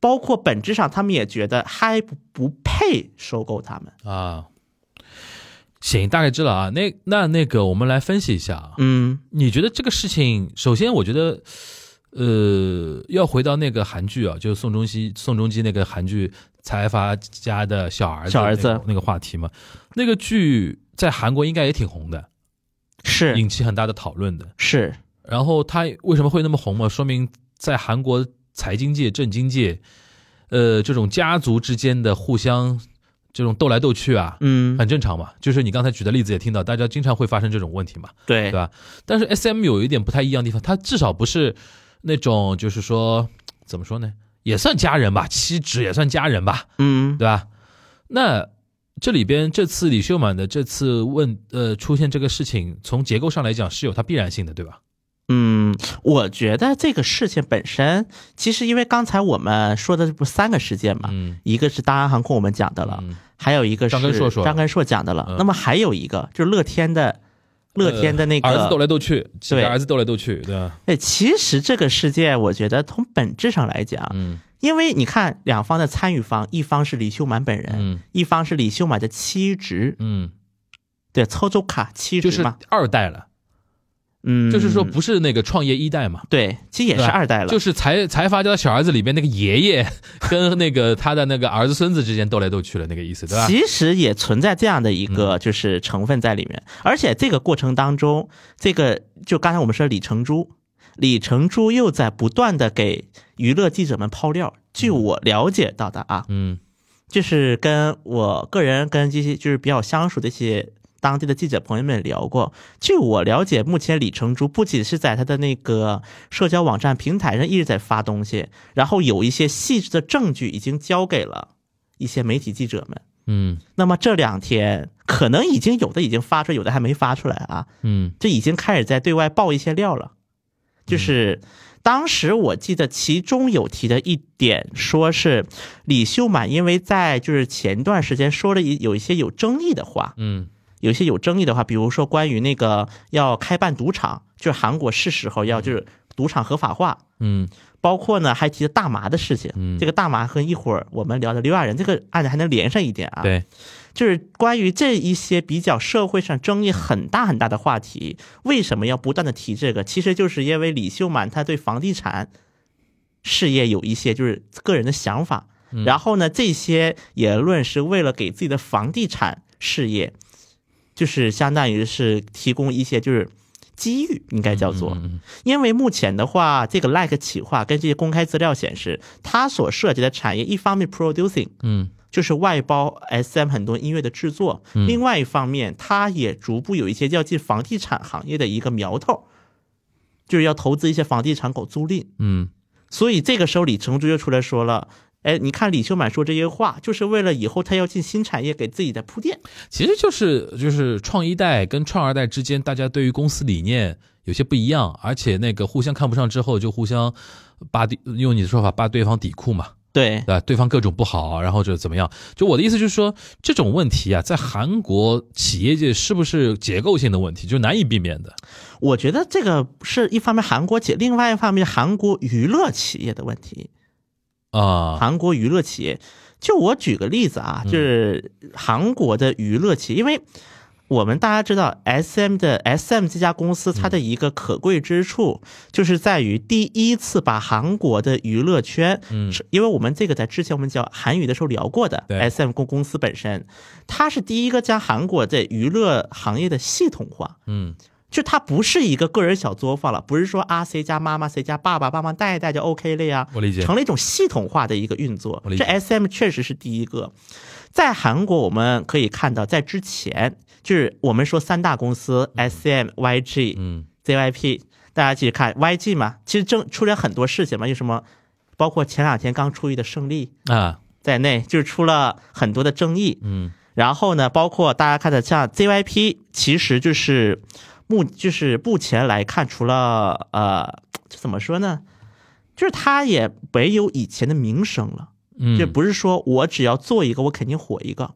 包括本质上，他们也觉得 Hive 不配收购他们。
啊。行，大概知道啊。那那那个，我们来分析一下啊。
嗯
你觉得这个事情，首先我觉得，呃，要回到那个韩剧啊，就是宋仲基宋仲基那个韩剧《财阀家的小儿子》
小儿子
那个那个话题嘛，那个剧在韩国应该也挺红的，，
是
引起很大的讨论的。
是，
然后它为什么会那么红嘛？说明在韩国财经界、政经界，呃，这种家族之间的互相这种斗来斗去啊，
嗯，
很正常嘛。就是你刚才举的例子也听到，大家经常会发生这种问题嘛。对
对
吧？但是 S M 有一点不太一样的地方，它至少不是那种就是说怎么说呢，也算家人吧，妻子也算家人吧，
嗯，
对吧？那这里边这次李秀满的这次问呃出现这个事情，从结构上来讲是有它必然性的，对吧？
嗯，我觉得这个事情本身，其实因为刚才我们说的这不三个事件嘛，
嗯
一个是大安航空我们讲的了，
嗯
还有一个是
张根硕说的
张根硕讲的了，
嗯呃
那么还有一个就是乐天的，乐天的那个、
儿子斗来斗去，几
对
个儿子斗来斗去，对吧？
哎，其实这个事件，我觉得从本质上来讲，
嗯
因为你看两方的参与方，一方是李秀满本人，
嗯
一方是李秀满的妻侄，
嗯，
对，操作卡妻
就
侄
是
嘛，
二代了，
嗯，
就是说不是那个创业一代嘛。
对，其实也
对
是
吧
二代了，
就是财财阀家的小儿子里边那个爷爷跟那个他的那个儿子孙子之间斗来斗去的那个意思，对吧？嗯
其实也存在这样的一个就是成分在里面，而且这个过程当中，这个就刚才我们说李成珠，李成珠又在不断的给娱乐记者们抛料。据我了解到的啊，
嗯
就是跟我个人跟这些就是比较相熟的一些当地的记者朋友们聊过。据我了解，目前李成珠不仅是在他的那个社交网站平台上一直在发东西，然后有一些细致的证据已经交给了一些媒体记者们。
嗯
那么这两天可能已经有的已经发出来，有的还没发出来啊，
嗯
就已经开始在对外爆一些料了。就是当时我记得其中有提的一点，说是李秀满因为在就是前段时间说了一有一些有争议的话，
嗯
有一些有争议的话，比如说关于那个要开办赌场，就是韩国是时候要就是赌场合法化，
嗯
包括呢还提了大麻的事情。
嗯
这个大麻和一会儿我们聊的刘亚仁这个案子还能连上一点啊。
对，
就是关于这一些比较社会上争议很大很大的话题，为什么要不断的提这个？其实就是因为李秀满他对房地产事业有一些就是个人的想法，
嗯
然后呢，这些言论是为了给自己的房地产事业，就是相当于是提供一些就是机遇，应该叫做。
嗯
因为目前的话，这个 Like 企划根据公开资料显示，它所涉及的产业，一方面 producing
嗯
就是外包 SM 很多音乐的制作，另外一方面，它也逐步有一些要进房地产行业的一个苗头，就是要投资一些房地产搞租赁。
嗯
所以这个时候，李成珠就出来说了。哎，你看李秀满说这些话，就是为了以后他要进新产业给自己的铺垫。
其实就是就是创一代跟创二代之间，大家对于公司理念有些不一样，而且那个互相看不上之后，就互相扒对，用你的说法扒对方底裤嘛，
对
对，吧？对方各种不好，然后就怎么样？就我的意思就是说，这种问题啊，在韩国企业界是不是结构性的问题，就难以避免的？
我觉得这个是一方面韩国企，另外一方面韩国娱乐企业的问题。
啊，
韩国娱乐企业。就我举个例子啊，
嗯
就是韩国的娱乐企业，因为我们大家知道 S M 的 S M 这家公司，它的一个可贵之处
嗯
就是在于第一次把韩国的娱乐圈，
嗯
是因为我们这个在之前我们讲韩语的时候聊过的
对
，S M 公公司本身，它是第一个将韩国的娱乐行业的系统化，
嗯
就它不是一个个人小作坊了，不是说啊谁家妈妈谁家爸爸帮忙带一带就 OK 了呀，
我理解
成了一种系统化的一个运作
我理。
这
解
S M 确实是第一个，在韩国我们可以看到，在之前就是我们说三大公司 S M、Y G、
嗯
Z Y P，大家继续看 Y G 嘛，其实正出了很多事情嘛，有什么包括前两天刚出狱的胜利
啊，
在内，就是出了很多的争议。
嗯
然后呢，包括大家看的像 ZYP，其实就是目就是目前来看，除了呃，这怎么说呢？就是他也没有以前的名声了，
嗯，
就不是说我只要做一个，我肯定火一个，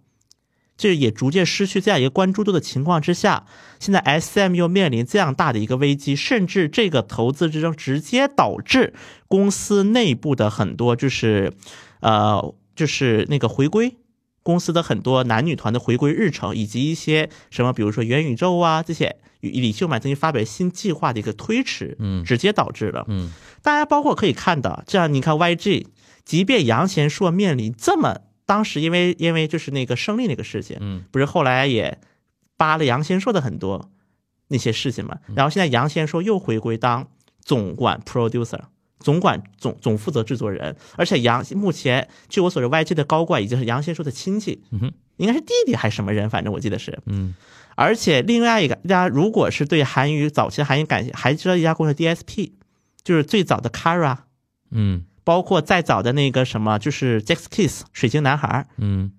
这也逐渐失去这样一个关注度的情况之下，现在 SM 又面临这样大的一个危机，甚至这个投资之争直接导致公司内部的很多就是，呃，就是那个回归。公司的很多男女团的回归日程，以及一些什么，比如说元宇宙啊这些，与李秀满曾经发表新计划的一个推迟，
嗯
直接导致了，
嗯，
大家包括可以看到，这样你看 YG，即便杨贤硕面临这么，当时因为因为就是那个胜利那个事情，
嗯，
不是后来也扒了杨贤硕的很多那些事情
嗯
嘛，然后现在杨贤硕又回归当总管 producer。总管总总负责制作人，而且杨目前据我所知，YG 的高管已经是杨贤硕的亲戚，
嗯哼
应该是弟弟还是什么人，反正我记得是。
嗯
而且另外一个，大家如果是对韩语早期韩语感还知道一家公司 DSP，就是最早的 Kara，
嗯
包括再早的那个什么，就是 Jax Kiss 水晶男孩，
嗯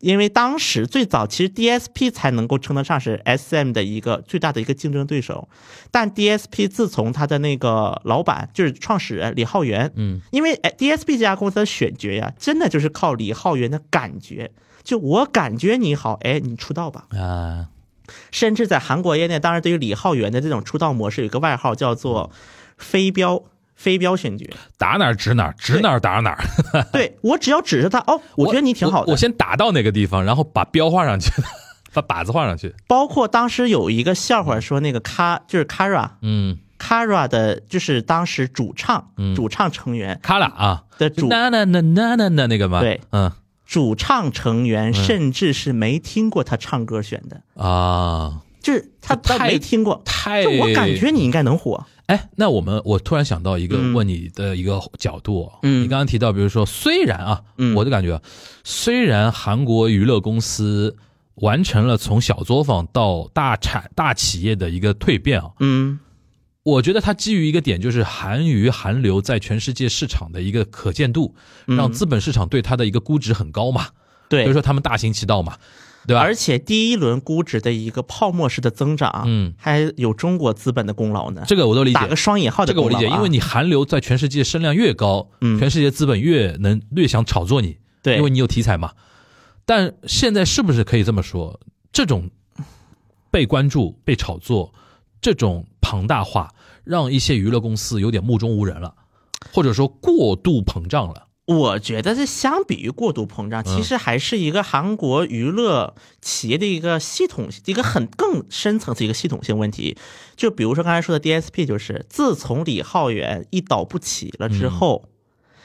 因为当时最早其实 DSP 才能够称得上是 SM 的一个最大的一个竞争对手，但 DSP 自从他的那个老板就是创始人李浩源，
嗯
因为哎 DSP 这家公司的选角呀，真的就是靠李浩源的感觉，就我感觉你好，哎，你出道吧。
啊，
甚至在韩国业内，当然对于李浩源的这种出道模式有一个外号叫做
嗯
“飞镖”。飞镖 选角，
打哪儿指哪儿，指哪儿打哪儿。
对我只要指着他哦，我觉得你挺好
我。我
的。
先打到哪个地方，然后把标画上去， 把靶子画上去。
包括当时有一个笑话说，那个卡就是 Kara
嗯
Kara 的，就是当时主唱
嗯
主唱成员
卡拉啊，
的主
那那那那那那那个嘛，
对，
嗯
主唱成员，甚至是没听过他唱歌选的，
啊，
就是他
这太
他没听过。
太
就我感觉你应该能火，
哎，那我们我突然想到一个问你的一个角度，
嗯
你刚刚提到，比如说，虽然啊，
嗯
我的感觉，虽然韩国娱乐公司完成了从小作坊到大产大企业的一个蜕变啊，
嗯
我觉得它基于一个点，就是韩娱韩流在全世界市场的一个可见度，让资本市场对它的一个估值很高嘛，
嗯对，
所以说他们大行其道嘛，对吧？
而且第一轮估值的一个泡沫式的增长，
嗯，
还有中国资本的功劳呢。
这个我都理解
打，个双引号的
这个我
功
理
劳啊、
解，因为你韩流在全世界声量越高，
嗯
全世界资本越能越想炒作你，
对，
因为你有题材嘛。但现在是不是可以这么说？这种被关注、被炒作，这种庞大化，让一些娱乐公司有点目中无人了，或者说过度膨胀了。
我觉得这相比于过度膨胀，
嗯
其实还是一个韩国娱乐企业的一个系统，一个很更深层次一个系统性问题。就比如说刚才说的 DSP，就是自从李浩源一倒不起了
嗯
之后，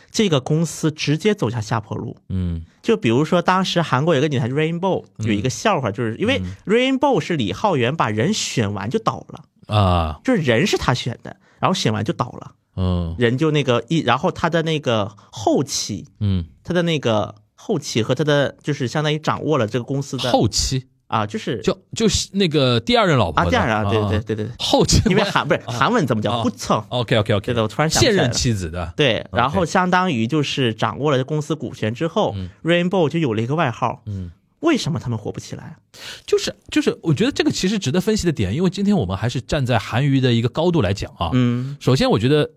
这个公司直接走向下坡路。
嗯
就比如说，当时韩国有个女团 Rainbow 有一个笑话，就是因为
嗯
Rainbow 是李浩源把人选完就倒了，
啊
就是人是他选的，然后选完就倒了，
嗯
人就那个一，然后他的那个后期，
嗯，
他的那个后期和他的就是相当于掌握了这个公司的
后期
啊，就是
就就是那个第二任老婆
啊
的
这样啊，对对对对对，
后期
因 为韩不是韩文怎么
啊
叫不蹭，
OK OK OK，
对的，我突然想不
现
起来
任
了。
妻子的
对，然后相当于就是掌握了公司股权之后、r
嗯
a i n b o w 就有了一个外号。嗯，为什么他们火不起来？
就是就是，我觉得这个其实值得分析的点，因为今天我们还是站在韩娱的一个高度来讲啊。
嗯
首先，我觉得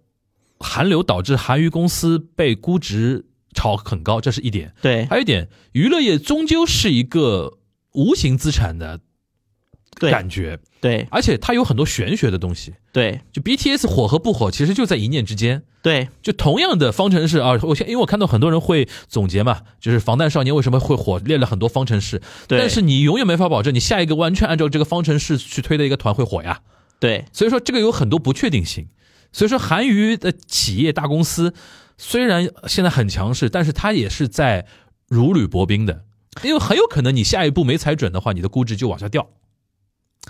韩流导致韩娱公司被估值炒很高，这是一点；，
对
还有一点，娱乐业终究是一个无形资产的
对
感觉，
对
而且它有很多玄学的东西。
对
就 BTS 火和不火，其实就在一念之间。
对
就同样的方程式啊，我现因为我看到很多人会总结嘛，就是防弹少年为什么会火，列了很多方程式，
对
但是你永远没法保证你下一个完全按照这个方程式去推的一个团会火呀，
对
所以说这个有很多不确定性，所以说韩娱的企业大公司虽然现在很强势，但是它也是在如履薄冰的，因为很有可能你下一步没踩准的话，你的估值就往下掉，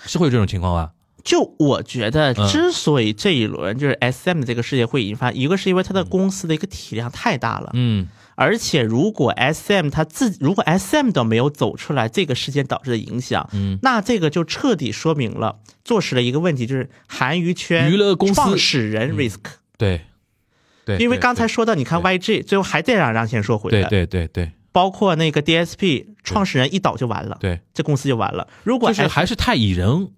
是会有这种情况吧？
就我觉得，
嗯
之所以这一轮就是 S M 这个事业会引发，一个是因为它的公司的一个体量太大了，
嗯
而且如果 S M 它自己如果 S M 都没有走出来这个事件导致的影响，
嗯，
那这个就彻底说明了坐实了一个问题，就是韩娱圈
娱乐公司
创始人 risk，、
对，对，
因为
对
刚才
对
说到，你看 YG 最后还得让让先说回来，
对对对对
包括那个 DSP 创始人一倒就完了，
对。
这公司就完了。如果哎
就是还是太以人，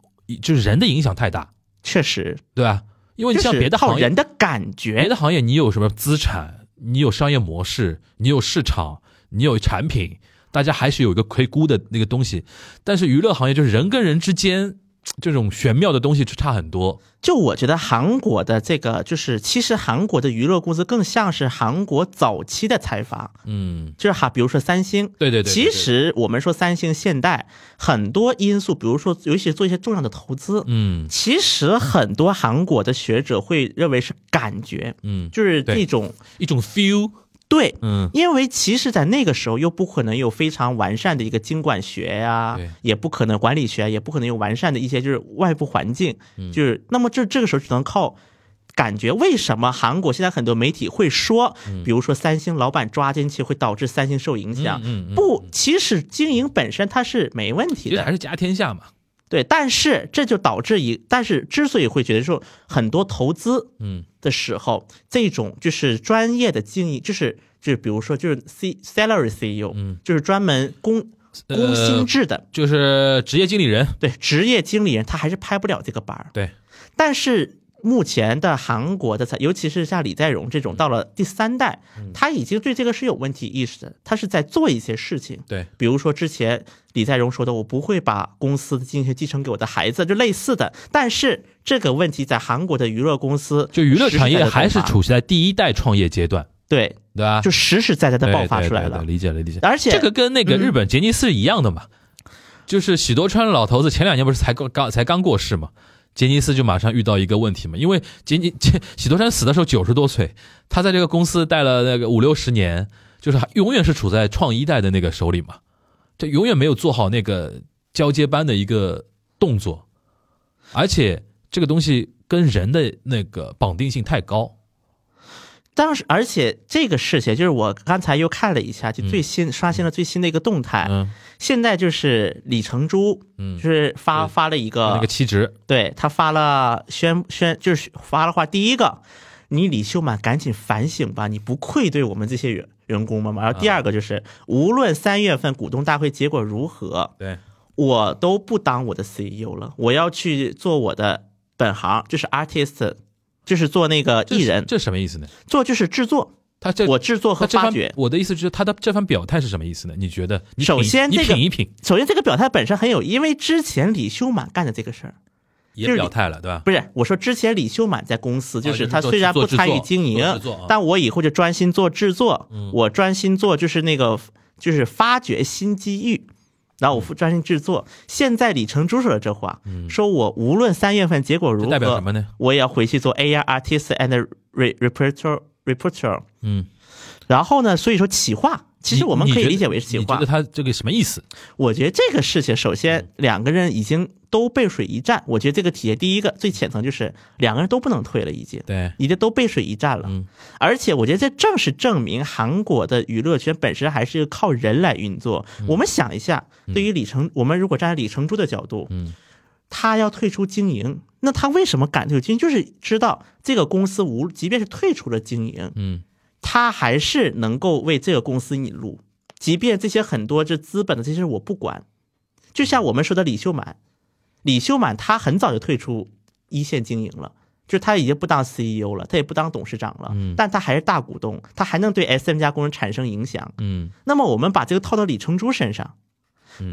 就是人的影响太大，
确实，
对吧？因为
就
你像
是
别的
靠
行业
人，的感
别
觉，
的行业你有什么资产，你有商业模式，你有市场，你有产品，大家还是有一个可以估的那个东西。但是娱乐行业就是人跟人之间这种玄妙的东西就差很多。
就我觉得韩国的这个就是，其实韩国的娱乐公司更像是韩国早期的财阀，
嗯，
就是哈，比如说三星。
对对对对
其实我们说三星现代很多因素，比如说尤其是做一些重要的投资，
嗯
其实很多韩国的学者会认为是感觉，
嗯，
就是
对
这种
一种 feel，
对，
嗯
因为其实，在那个时候又不可能有非常完善的一个经管学呀、
对
也不可能管理学，也不可能有完善的一些就是外部环境，
嗯
就是那么这这个时候只能靠感觉。为什么韩国现在很多媒体会说，
嗯
比如说三星老板抓进去会导致三星受影响？
嗯嗯嗯
不，其实经营本身它是没问
其
题
实还
的，
是家天下嘛。
对。但是这就导致一，但是之所以会觉得说很多投资，
嗯
的时候，这种就是专业的经营，就是就是比如说就是 C salary CEO，
嗯，呃
就是专门工工薪制的，
就是职业经理人，
对职业经理人，他还是拍不了这个班儿。
对，
但是目前的韩国的财，尤其是像李在镕
嗯
这种到了第三代，他已经对这个是有问题意识的，他是在做一些事情。
对，
比如说之前李在镕说的，我不会把公司的经营权继承给我的孩子，就类似的。但是这个问题在韩国的娱乐公司，
就娱乐
实实
产业
在在
还是
爆发
处在第一代创业阶段，
对，
对吧？
就实实在在的
对
爆发出来
对对
了
啊对。理解了，理解。
而且
这个嗯跟那个日本杰尼斯一样的嘛，就是喜多川老头子前两年不是才过刚才刚过世嘛，杰尼斯就马上遇到一个问题嘛，因为杰尼 杰喜多川死的时候九十多岁，他在这个公司待了那个五六十年，就是还永远是处在创一代的那个手里嘛，这永远没有做好那个交接班的一个动作，而且这个东西跟人的那个绑定性太高。
当时，而且这个事情就是我刚才又看了一下，就最新、刷新了最新的一个动态。
嗯，
现在就是李成珠，
嗯
就是发
对啊
发了一个，
那个七值，
对他发了宣宣，就是发了话，第一个，你李秀满赶紧反省吧，你不愧对我们这些员员工们嘛。
啊
然后第二个就是，无论三月份股东大会结果如何，
对，
我都不当我的 CEO 了，我要去做我的本行，就是 artist，就是做那个
这
艺
是
人，
这是什么意思呢？
做就是制作。
他这
我制作和
他这
发
番
掘。
我的意思就是他的这番表态是什么意思呢？你觉得？你品
首先
你
这个
品一品，
首先，这个表态本身很有，因为之前李修满干的这个事儿，
也
就是
表态了，对吧？
不是我说之前李修满在公司，
啊就是是
他
做
虽然
制作
不参与
制作
经营
做制作啊，嗯
但我以后就专心做制作，我专心做就是那个就是发掘新机遇。然后
嗯
我专心制作。现在李成珠说了这话，说我无论三月份结果如
这代表什
何
么，呢？
我也要回去做 AR artist and re reporter reporter。
嗯，
然后呢，所以说企划，其实
你
我们
你
可以
觉得
理解为是企
你
划。
觉得他这个什么意思？
我觉得这个事情，首先两个人已经都背水一战。我觉得这个体验，第一个最浅层就是两个人都不能退了，已经，
对，
已经都背水一战了。而且我觉得这正是证明韩国的娱乐圈本身还是靠人来运作。我们想一下，对于李成，我们如果站在李成珠的角度，
嗯，
他要退出经营，那他为什么敢退出经营？就是知道这个公司无，即便是退出了经营，
嗯，
他还是能够为这个公司引路，即便这些很多这资本的这些我不管。就像我们说的李秀满，李秀满他很早就退出一线经营了，就是他已经不当 CEO 了，他也不当董事长了，但他还是大股东，他还能对 SM 加工人产生影响。
嗯，
那么我们把这个套到李成珠身上，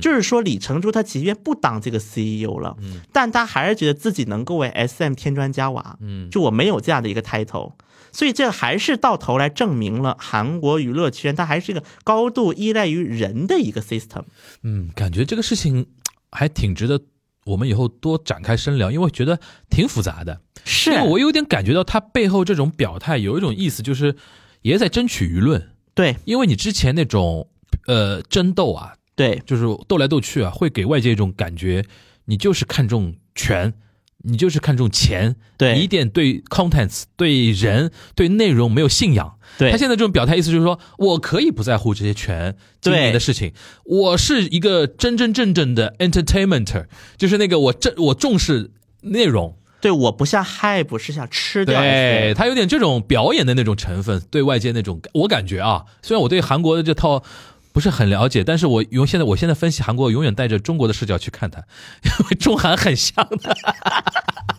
就是说李成珠他即便不当这个 CEO 了，但他还是觉得自己能够为 SM 添砖加瓦。
嗯
就我没有这样的一个 title，所以这还是到头来证明了韩国娱乐圈它还是一个高度依赖于人的一个 system。
嗯，感觉这个事情还挺值得我们以后多展开深聊，因为我觉得挺复杂的。
是
因为我有点感觉到他背后这种表态有一种意思，就是也在争取舆论，
对
因为你之前那种呃争斗啊，
对
就是斗来斗去啊，会给外界一种感觉，你就是看重权，你就是看重钱，
对
你一点对 contents、对人、对内容没有信仰。
对，
他现在这种表态意思就是说，我可以不在乎这些权经营的事情，我是一个真真正正的 entertainment，就是那个我正我重视内容。
对我不像 hype 是想吃掉 SM，
对他有点这种表演的那种成分，对外界那种我感觉啊，虽然我对韩国的这套不是很了解，但是我用现在我现在分析韩国，永远带着中国的视角去看它，因为中韩很像的，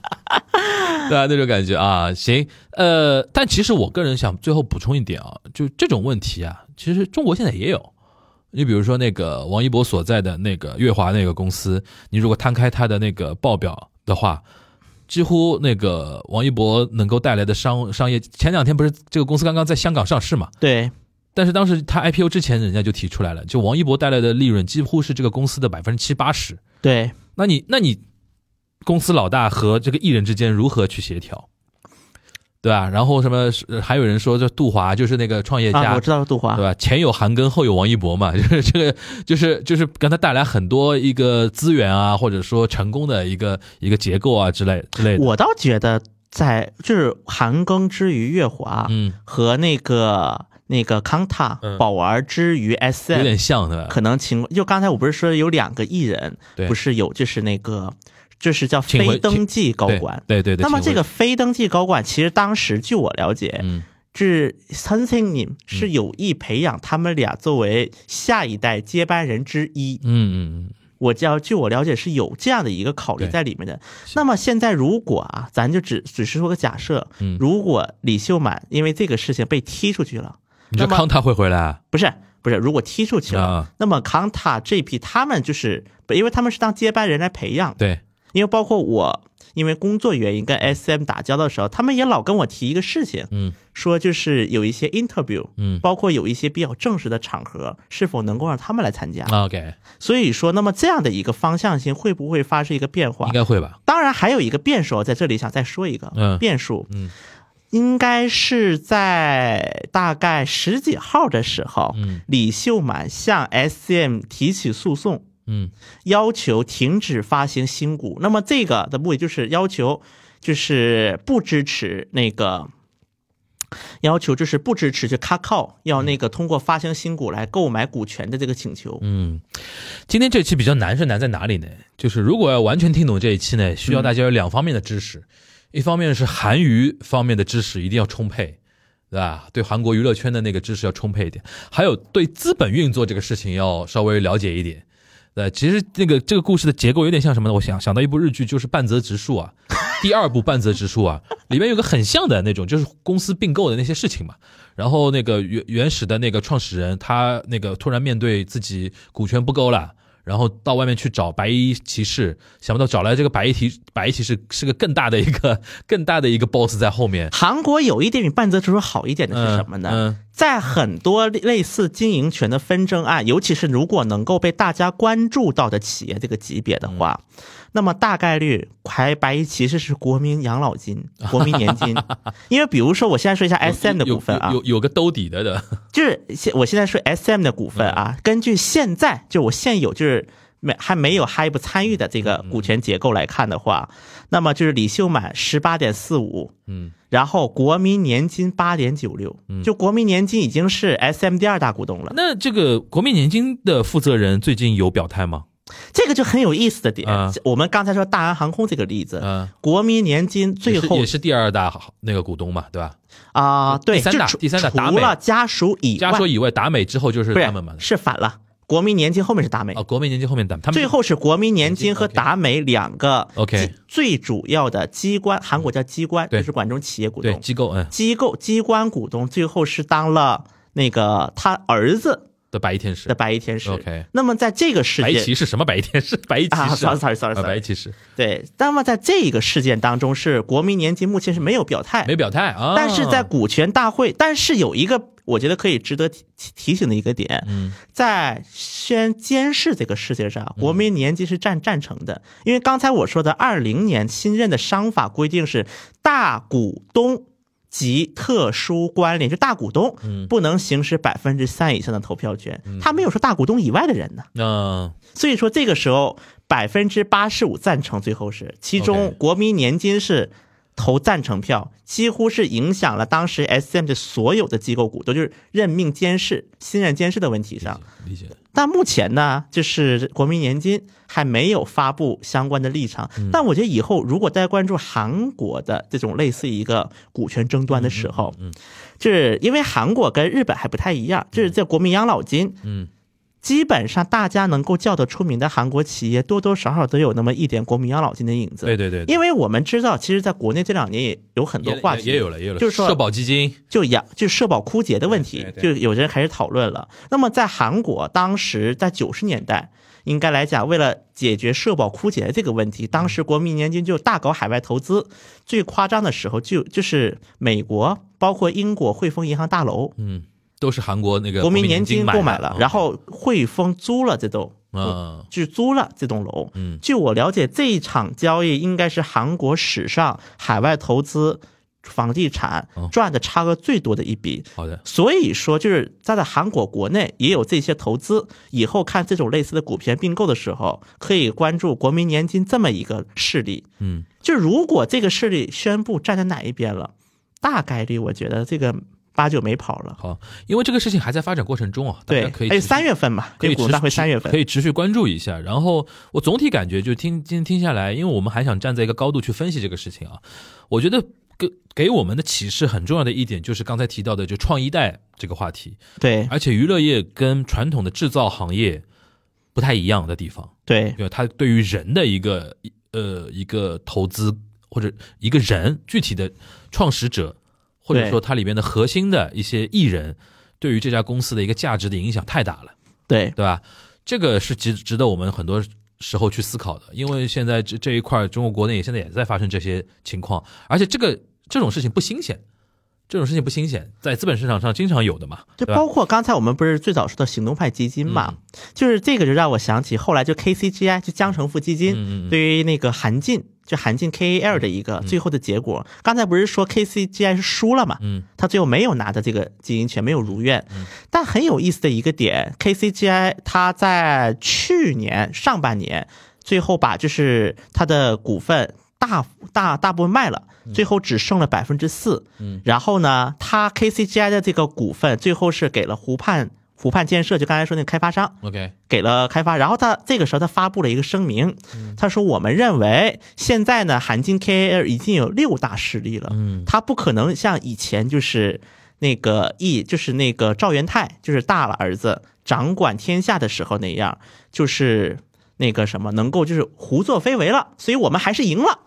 对啊，那种感觉啊，行，呃，但其实我个人想最后补充一点啊，就这种问题啊，其实中国现在也有。你比如说那个王一博所在的那个月华那个公司，你如果摊开它的那个报表的话，几乎那个王一博能够带来的商商业，前两天不是这个公司刚刚在香港上市嘛？
对
但是当时它 IPO 之前，人家就提出来了，就王一博带来的利润几乎是这个公司的百分之七八十。
对，
那你那你公司老大和这个艺人之间如何去协调，对吧？然后什么呃还有人说这杜华就是那个创业家，
啊，我知道杜华
对，吧？前有韩庚，后有王一博嘛， 就是这个，就是就是给他带来很多一个资源啊，或者说成功的一个一个结构啊之类之类的。
我倒觉得在就是韩庚之于月华
嗯，
和那个那个康塔
嗯
宝儿之于 SM，
有点像对吧？
可能情况，就刚才我不是说有两个艺人
对，
不是有就是那个，就是叫
请回
非登记高管。
对对对对
那么
请回
这个非登记高管，其实当时据我了解，
嗯
是三星님是有意培养他们俩作为下一代接班人之一。
嗯嗯
我叫据我了解是有这样的一个考虑
对
在里面的。那么现在如果啊，咱就只只是说个假设，
嗯
如果李秀满因为这个事情被踢出去了，
嗯，你说
那么
康塔会回来啊？
不是不是，如果踢出去了，
啊
那么康塔这批他们就是，因为他们是当接班人来培养，
对，
因为包括我，因为工作原因跟 SM 打交道的时候，他们也老跟我提一个事情，
嗯
说就是有一些 interview，
嗯
包括有一些比较正式的场合，是否能够让他们来参加？
，OK，
所以说，那么这样的一个方向性会不会发生一个变化
应？该会吧？
当然，还有一个变数，在这里想再说一个、
嗯
变数，
嗯
应该是在大概十几号的时候，
嗯
李秀满向 SM 提起诉讼，
嗯
要求停止发行新股。那么这个的目的就是要求，就是不支持那个要求，就是不支持去卡靠要那个通过发行新股来购买股权的这个请求。
嗯，今天这期比较难是难在哪里呢？就是如果要完全听懂这一期呢，需要大家有两方面的知识，一方面是韩娱方面的知识一定要充沛，对吧？对韩国娱乐圈的那个知识要充沛一点，还有对资本运作这个事情要稍微了解一点。对，其实那个这个故事的结构有点像什么呢？我想想到一部日剧，就是《半泽直树》啊，第二部《半泽直树》啊，里面有个很像的那种，就是公司并购的那些事情嘛。然后那个原原始的那个创始人，他那个突然面对自己股权不够了，然后到外面去找白衣骑士，想不到找来这个白衣骑白衣骑士是个更大的一个 更大的一个 boss 在后面。
韩国有一点比半泽直树好一点的是什么呢？
嗯嗯
在很多类似经营权的纷争案，尤其是如果能够被大家关注到的企业这个级别的话，那么大概率还白衣骑士是国民养老金、国民年金。因为比如说，我现在说一下 S M 的股份啊
有，有有有个兜底的的，
就是现我现在说 S M 的股
嗯
份啊，根据现在就我现有就是没还没有 h y b 参与的这个股权结构来看的话，那么就是李秀满十八点四五，
嗯，
然后国民年金八点九六，就国民年金已经是 S M 第二大股东了。
那这个国民年金的负责人最近有表态吗？
这个就很有意思的点，
嗯
我们刚才说大韩航空这个例子，
嗯
国民年金呃最
也是
后
也是第二大好那个股东嘛，对吧？
啊、对，
第三大
就除
第三大达
除
美
了家属以外，
家说以外，达美之后就是
不
他们嘛
是。是反了，国民年金后面是达美。
哦，国民年金后面达他们
最后是国民年金和
OK
达美两个
OK
最最主要的机关，韩国叫机关，
对
就是管这种企业股
对
东、
机构嗯
机构、机关股东，最后是当了那个他儿子
的白衣天使
的白衣天使。
OK
那么在这个事
白衣
件
骑士什么白衣天 使白衣骑
啊
士啊
，sorry sorry sorry
啊白衣
sorry，
骑士
对，那么在这个事件当中，是国民年金目前是没有表态，
没表态啊，
但是在股权大会，但是有一个我觉得可以值得提提提醒的一个点，
嗯，
在先监视这个事情上，国民年金是占赞成的，因为刚才我说的二零年新任的商法规定是大股东。及特殊关联，就大股东不能行使百分之三以上的投票权，他没有说大股东以外的人呢。
那、
所以说这个时候百分之八十五赞成，最后是其
OK
中国民年金是投赞成票，几乎是影响了当时 S M 的所有的机构股东，就是任命监事、新任监事的问题上。
理解
但目前呢，就是国民年金还没有发布相关的立场。但我觉得以后如果大家关注韩国的这种类似一个股权争端的时候，嗯，就是因为韩国跟日本还不太一样，就是在国民养老金，
嗯，
基本上大家能够叫得出名的韩国企业，多多少少都有那么一点国民养老金的影子。
对对对，
因为我们知道，其实在国内这两年也有很多
也
话
也
题，
也有了也有了，
就是说
社保基金
就养就社保枯竭的问题
对，对
就有人开始讨论了。那么在韩国，当时在九十年代，应该来讲，为了解决社保枯竭这个问题，当时国民年金就大搞海外投资。最夸张的时候就就是美国，包括英国汇丰银行大楼，
嗯都是韩国那个
国民年
金
金购买
了
了，，然后汇丰租了这栋，
嗯
就是租了这栋楼。
嗯
据我了解，这一场交易应该是韩国史上海外投资房地产
哦
赚的差额最多的一笔。
好的
所以说，就是在在韩国国内也有这些投资，以后看这种类似的股权并购的时候，可以关注国民年金这么一个势力。
嗯
就如果这个势力宣布站在哪一边了，大概率我觉得这个八九没跑了。
好，因为这个事情还在发展过程中啊，大家
对，
可以
而且
持续
三月份嘛，
可以
这
持
个股东
续
大会三月
可
份，
以持续关注一下。然后我总体感觉就听今天听下来，因为我们还想站在一个高度去分析这个事情啊，我觉得给给我们的启示很重要的一点就是刚才提到的就创一代这个话题，
对
而且娱乐业跟传统的制造行业不太一样的地方，
对
对吧？它对于人的一个呃一个投资或者一个人具体的创始者，或者
对
说它里面的核心的一些艺人，对于这家公司的一个价值的影响太大了。
对
对吧？这个是值值得我们很多时候去思考的，因为现在这这一块儿中国国内现在也在发生这些情况，而且这个这种事情不新鲜，这种事情不新鲜，在资本市场上经常有的嘛，
就
对吧？嗯
包括刚才我们不是最早说的行动派基金嘛，就是这个就让我想起后来就 KCGI 就江城富基金、
嗯嗯嗯嗯
对于那个韩进就韩进 KAL 的一个最后的结果，刚才不是说 KCGI 是输了嘛，
嗯，
他最后没有拿到这个经营权，没有如愿。但很有意思的一个点，KCGI 它在去年上半年最后把就是它的股份。大幅大大部分卖了，最后只剩了百分之四。然后呢，它 KCGI 的这个股份最后是给了湖畔湖畔建设，就刚才说那个开发商，
OK，
给了开发，然后他这个时候他发布了一个声明，他说我们认为现在呢，韩金 KAL 已经有六大势力了，
嗯
它不可能像以前就是那个 E 就是那个赵元泰就是大了儿子掌管天下的时候那样，就是那个什么能够就是胡作非为了，所以我们还是赢了，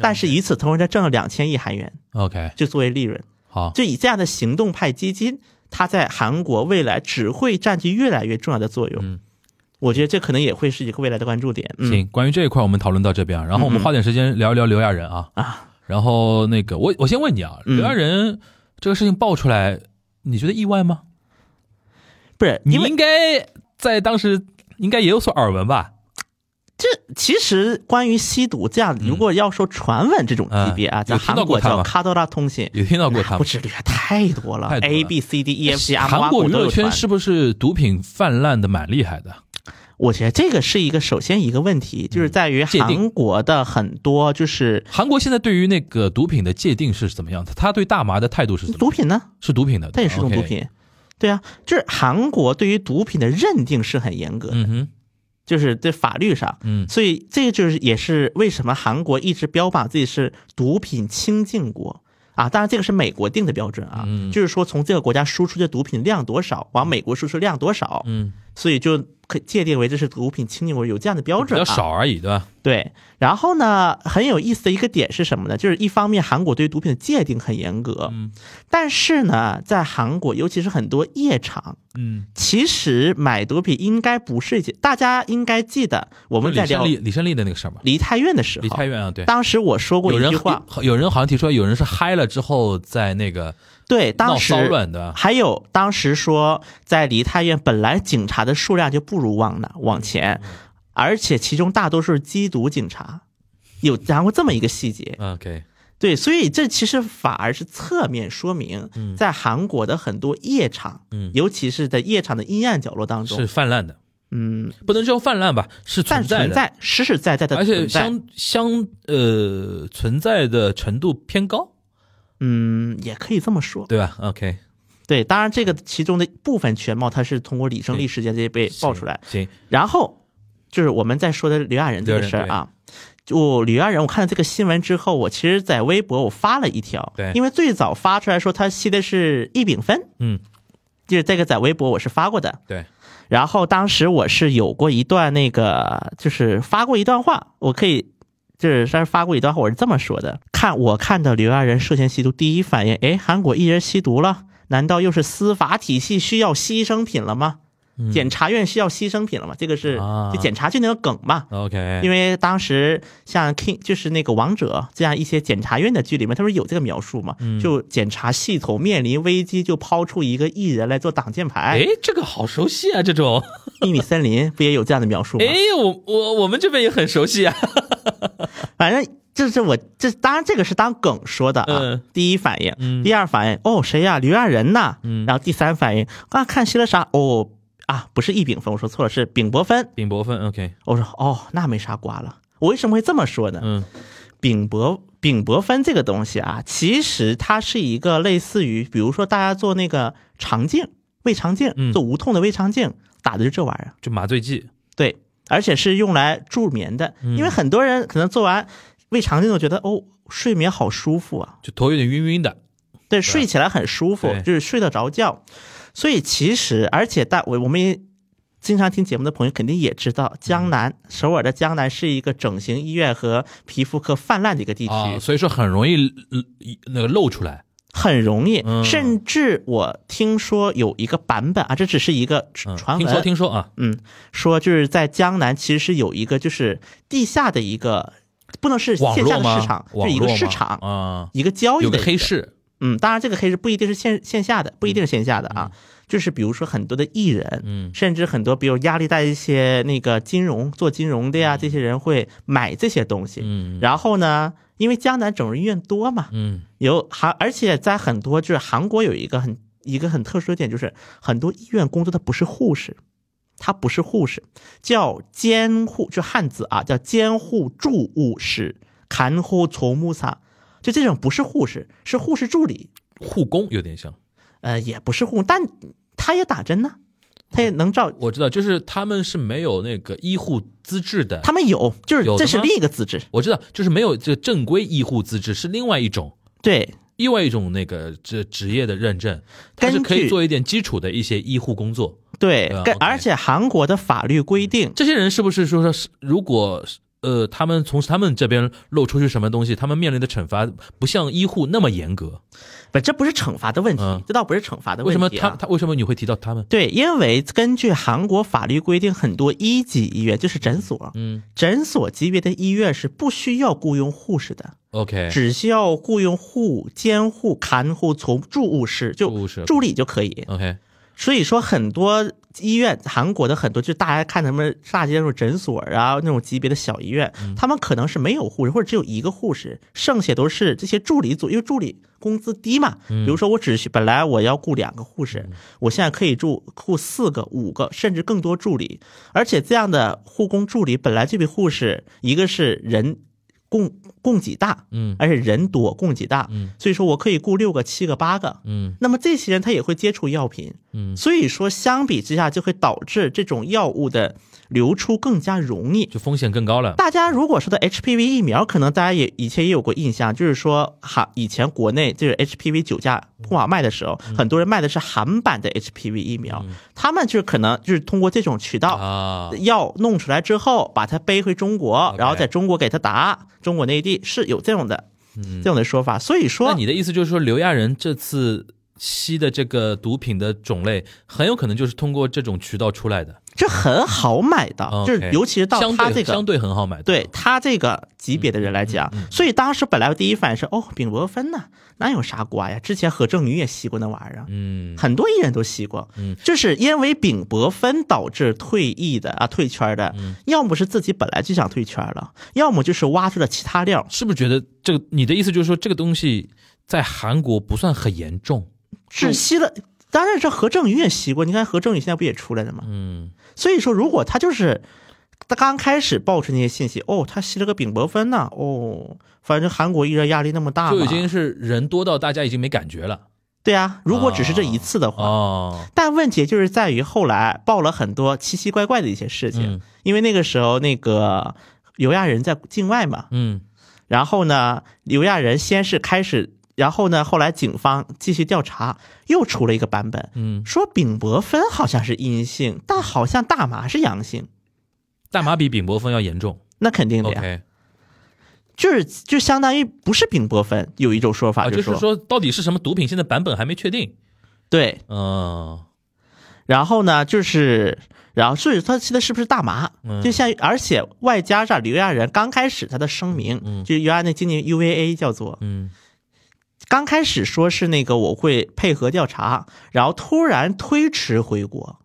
但是与此同时他挣了两千亿韩元，
，OK，
就作为利润，
好，
就以这样的行动派基金，它在韩国未来只会占据越来越重要的作用。
嗯
我觉得这可能也会是一个未来的关注点。嗯、
行，关于这一块我们讨论到这边啊，然后我们
嗯嗯
花点时间聊一聊刘亚仁啊，
啊，
然后那个我我先问你啊，
嗯
刘亚仁这个事情爆出来，你觉得意外吗？
不是
你
因为
应该在当时应该也有所耳闻吧？
这其实关于吸毒这样，如果要说传闻这种级别啊，
嗯
在韩国叫卡多拉通信，
有听到过他
不
吗？
止这个太多了
啊太多了
，A B C D E F G
哎
M
韩
Y
国娱
都
乐
有
圈
传。
是不是毒品泛滥的蛮厉害的？
我觉得这个是一个首先一个问题，就是在于
界定
韩国的很多就是
韩国现在对于那个毒品的界定是怎么样的？他对大麻的态度是怎么样？
毒品呢，
是毒品的，
它也是种
OK
毒。品。对啊，就是韩国对于毒品的认定是很严格的，
嗯哼，
就是在法律上，
嗯
所以这就是也是为什么韩国一直标榜自己是毒品清净国啊。当然，这个是美国定的标准啊，
嗯
就是说从这个国家输出的毒品量多少，往美国输出量多少，
嗯，
所以就可界定为这是毒品清净国，有这样的标
比
准、啊。
较少而已，对吧？
对，然后呢，很有意思的一个点是什么呢？就是一方面，韩国对毒品的界定很严格，
嗯
但是呢，在韩国，尤其是很多夜场，
嗯，
其实买毒品应该不是一件，大家应该记得我
我
们在聊
李李胜利的那个事儿嘛，
梨泰院的时候，
离太远啊，对。
当时我说过
有
一
人
句话，
有有人好像提出来，有人是嗨了之后在那个
对，
闹
当时
骚乱的，
还有当时说，在梨泰院本来警察的数量就不如往南往前，
嗯
而且其中大多数是缉毒警察，有然后这么一个细节，
嗯，OK，
对，所以这其实反而是侧面说明，在韩国的很多夜场，
嗯
尤其是在夜场的阴暗角落当中，
是泛滥的，
嗯，
不能叫泛滥吧，是
但
存在
存
的，
在实实在在的
而且
存在，
相相呃存在的程度偏高，
嗯，也可以这么说，
对吧？OK，
对，当然这个其中的部分全貌，它是通过李胜利事件这些被爆出来，
行，
然后就是我们在说的刘亚仁这个事儿啊，就刘亚仁，我看到这个新闻之后，我其实在微博我发了一条，
对
因为最早发出来说他吸的是异丙酚，
嗯，
就是这个在微博我是发过的，
对，
然后当时我是有过一段那个，就是发过一段话，我可以。就是当时发过一段话，我是这么说的：看我看到刘亚仁涉嫌吸毒，第一反应，哎，韩国艺人吸毒了，难道又是司法体系需要牺牲品了吗？检察院需要牺牲品了嘛？这个是
啊哎
就检察局那个梗嘛。
OK，
因
为
为当时像 King 就是那个王者这样一些检察院的剧里面，他不是有这个描述嘛？就检察系统面临危机，就抛出一个艺人来做挡箭牌
哎。，这个好熟悉啊，这种，
秘密森林不也有这样的描述吗？
哎，我我我们这边也很熟悉啊，
反正这是我这当然这个是当梗说的啊。
嗯嗯
第一反应，第二反应，哦谁呀、刘亚仁呐。然后第三反应，啊看吸了啥？哦啊不是异丙酚，我说错了，是丙泊酚。
丙泊酚，OK，
我说哦，那没啥瓜了。我为什么会这么说呢？
嗯，
丙泊丙泊酚这个东西啊，其实它是一个类似于，比如说大家做那个肠镜、胃肠镜，
嗯
做无痛的胃肠镜，打的就这玩意儿。
就麻醉剂，
对，而且是用来助眠的，
嗯
因为很多人可能做完胃肠镜都觉得哦，睡眠好舒服啊，
就头有点晕晕的，
对，睡起来很舒服
啊对，
就是睡得着觉。所以其实，而且大我我们也经常听节目的朋友肯定也知道，
嗯
江南首尔的江南是一个整形医院和皮肤科泛滥的一个地区，
啊，所以说很容易呃那个露出来。
很容易。
嗯
甚至我听说有一个版本啊，这只是一个
嗯，
传
听
闻，
说听说啊，
嗯，说就是在江南其实是有一个就是地下的一个，不能是
网
线下
络吗？
的市场，
网
是一个
络吗
市场，
啊，
一个交易
有个
的一个
黑市，
嗯，当然这个黑市不一定是线线下的，不一定是线下的啊，就是比如说很多的艺人，
嗯
甚至很多比如压力带一些那个金融做金融的呀，这些人会买这些东西，
嗯
然后呢，因为江南整容医院多嘛，
嗯
有韩，而且在很多就是韩国有一个很一个很特殊的点，就是很多医院工作的不是护士，他不是护士，叫监护，就汉字啊，叫监护助务师看护从木萨，就这种不是护士，是护士助理，
护工有点像。
呃，也不是护工，但他也打针呢、他也能照。
我知道，就是他们是没有那个医护资质的。
他们有，就是
有的
这是
吗
另一个资质，
我知道，就是没有这个正规医护资质，是另外一种。
对，
另外一种那个这职业的认证，它是
根
可以
据
做一点基础的一些医护工作。
对
对啊，
跟
OK
而且韩国的法律规定，
这些人是不是说是如果呃他们从他们这边漏出去什么东西，他们面临的惩罚不像医护那么严格？
不，这不是惩罚的问
嗯
题，这倒不是惩罚的
为
问
什
题啊。
么他他为什么你会提到他们？
对，因为根据韩国法律规定，很多一级医院就是诊所，
嗯
诊所级别的医院是不需要雇佣护士的，
，OK，
只需要雇佣护、监护、看护、从助务师就
助务师
助理就可以。
OK，
所以说，很多医院，韩国的很多，就大家看他们大街那种诊所啊，那种级别的小医院，
嗯
他们可能是没有护士，或者只有一个护士，剩下都是这些助理组，因为助理工资低嘛。
嗯
比如说，我只需本来我要雇两个护士，我现在可以雇雇四个、五个，甚至更多助理，而且这样的护工助理本来就比护士，一个是人供供给大，
嗯
而且人多供给大，
嗯
所以说我可以雇六个、七个、八个，
嗯
那么这些人他也会接触药品，
嗯，
所以说相比之下就会导致这种药物的流出更加容易。
就风险更高了。
大家如果说到 HPV 疫苗，可能大家也以前也有过印象，就是说哈，以前国内就是 HPV 九价不往卖的时候，
嗯
很多人卖的是韩版的 HPV 疫苗，他们就是可能就是通过这种渠道
啊，
药弄出来之后，把它背回中国
OK，
然后在中国给它打，中国内地是有这种的，这种的说法。所
嗯
以
那
说，
你的意思就是说，刘亚仁这次吸的这个毒品的种类，很有可能就是通过这种渠道出来的，
这很好买的，就
嗯
是
OK
尤其是到
相
他
对
这个
相对很好买的，
对他这个级别的人来
嗯
讲，所以当时本来我第一反应是哦，丙泊酚呐，哪有啥瓜呀？之前何正宇也吸过那玩意儿啊，
嗯，
很多艺人都吸过，
嗯
就是因为丙泊酚导致退役的啊，退圈的，
嗯
要么是自己本来就想退圈了，要么就是挖出了其他料，
是不是觉得这个？你的意思就是说，这个东西在韩国不算很严重？
只吸了。当然，这何正宇也吸过，你看何正宇现在不也出来了吗？
嗯
所以说，如果他就是他刚开始爆出那些信息，哦，他吸了个丙泊酚呐，哦，反正韩国艺人压力那么大嘛，
就已经是人多到大家已经没感觉了
对啊，如果只是这一次的话，
哦。
但问题就是在于后来爆了很多奇奇怪怪的一些事情，
嗯
因为那个时候那个犹亚人在境外嘛，
嗯
然后呢，犹亚人先是开始，然后呢，后来警方继续调查，又出了一个版本，
嗯，
说丙泊酚好像是阴性，但好像大麻是阳性，
大麻比丙泊酚要严重。
那肯定的呀，
OK
就是就相当于不是丙泊酚，有一种说法
啊，就
就是
说到底是什么毒品，现在版本还没确定。
对，
嗯
然后呢，就是，然后所以他吸的是不是大麻？
嗯
就像，而且外加上刘亚仁啊刚开始他的声明，就原来那今年 UVA 叫做，
嗯
刚开始说是那个我会配合调查，然后突然推迟回国，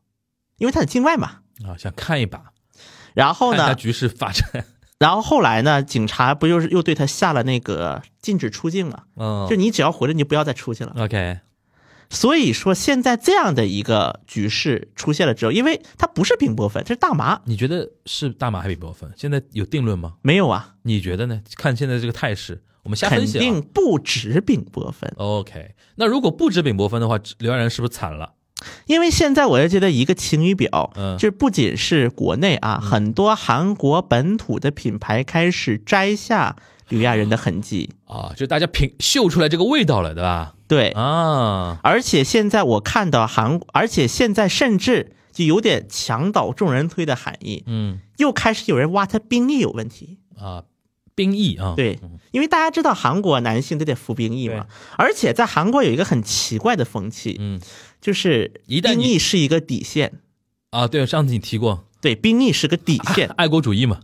因为他在境外嘛。
啊，想看一把，
然后
看一下
呢，
局势发 展。
然后后来呢，警察不又是又对他下了那个禁止出境嘛？
嗯
就你只要回来，你就不要再出去了。
，OK，
所以说，现在这样的一个局势出现了之后，因为它不是丙泊酚，这是大麻，
你觉得是大麻还是丙泊酚？现在有定论吗？
没有啊。
你觉得呢？看现在这个态势，我们瞎
肯
分析、啊。
定不止丙泊酚，
OK，那如果不止丙泊酚的话，刘亚仁是不是惨了？
因为现在我就觉得一个晴雨表，
嗯
就是不仅是国内啊，很多韩国本土的品牌开始摘下刘亚仁的痕迹，
啊，就大家品嗅出来这个味道了，对吧？
对，
啊，
而且现在我看到韩，而且现在甚至就有点墙倒众人推的含义，
嗯
又开始有人挖他兵役有问题，
啊，兵役啊，，
对，因为大家知道韩国男性都得服兵役嘛，而且在韩国有一个很奇怪的风气，
嗯
就是
一旦
兵
你
役是一个底线。
啊，对，上次你提过
对，兵役是个底线，
爱国主义嘛，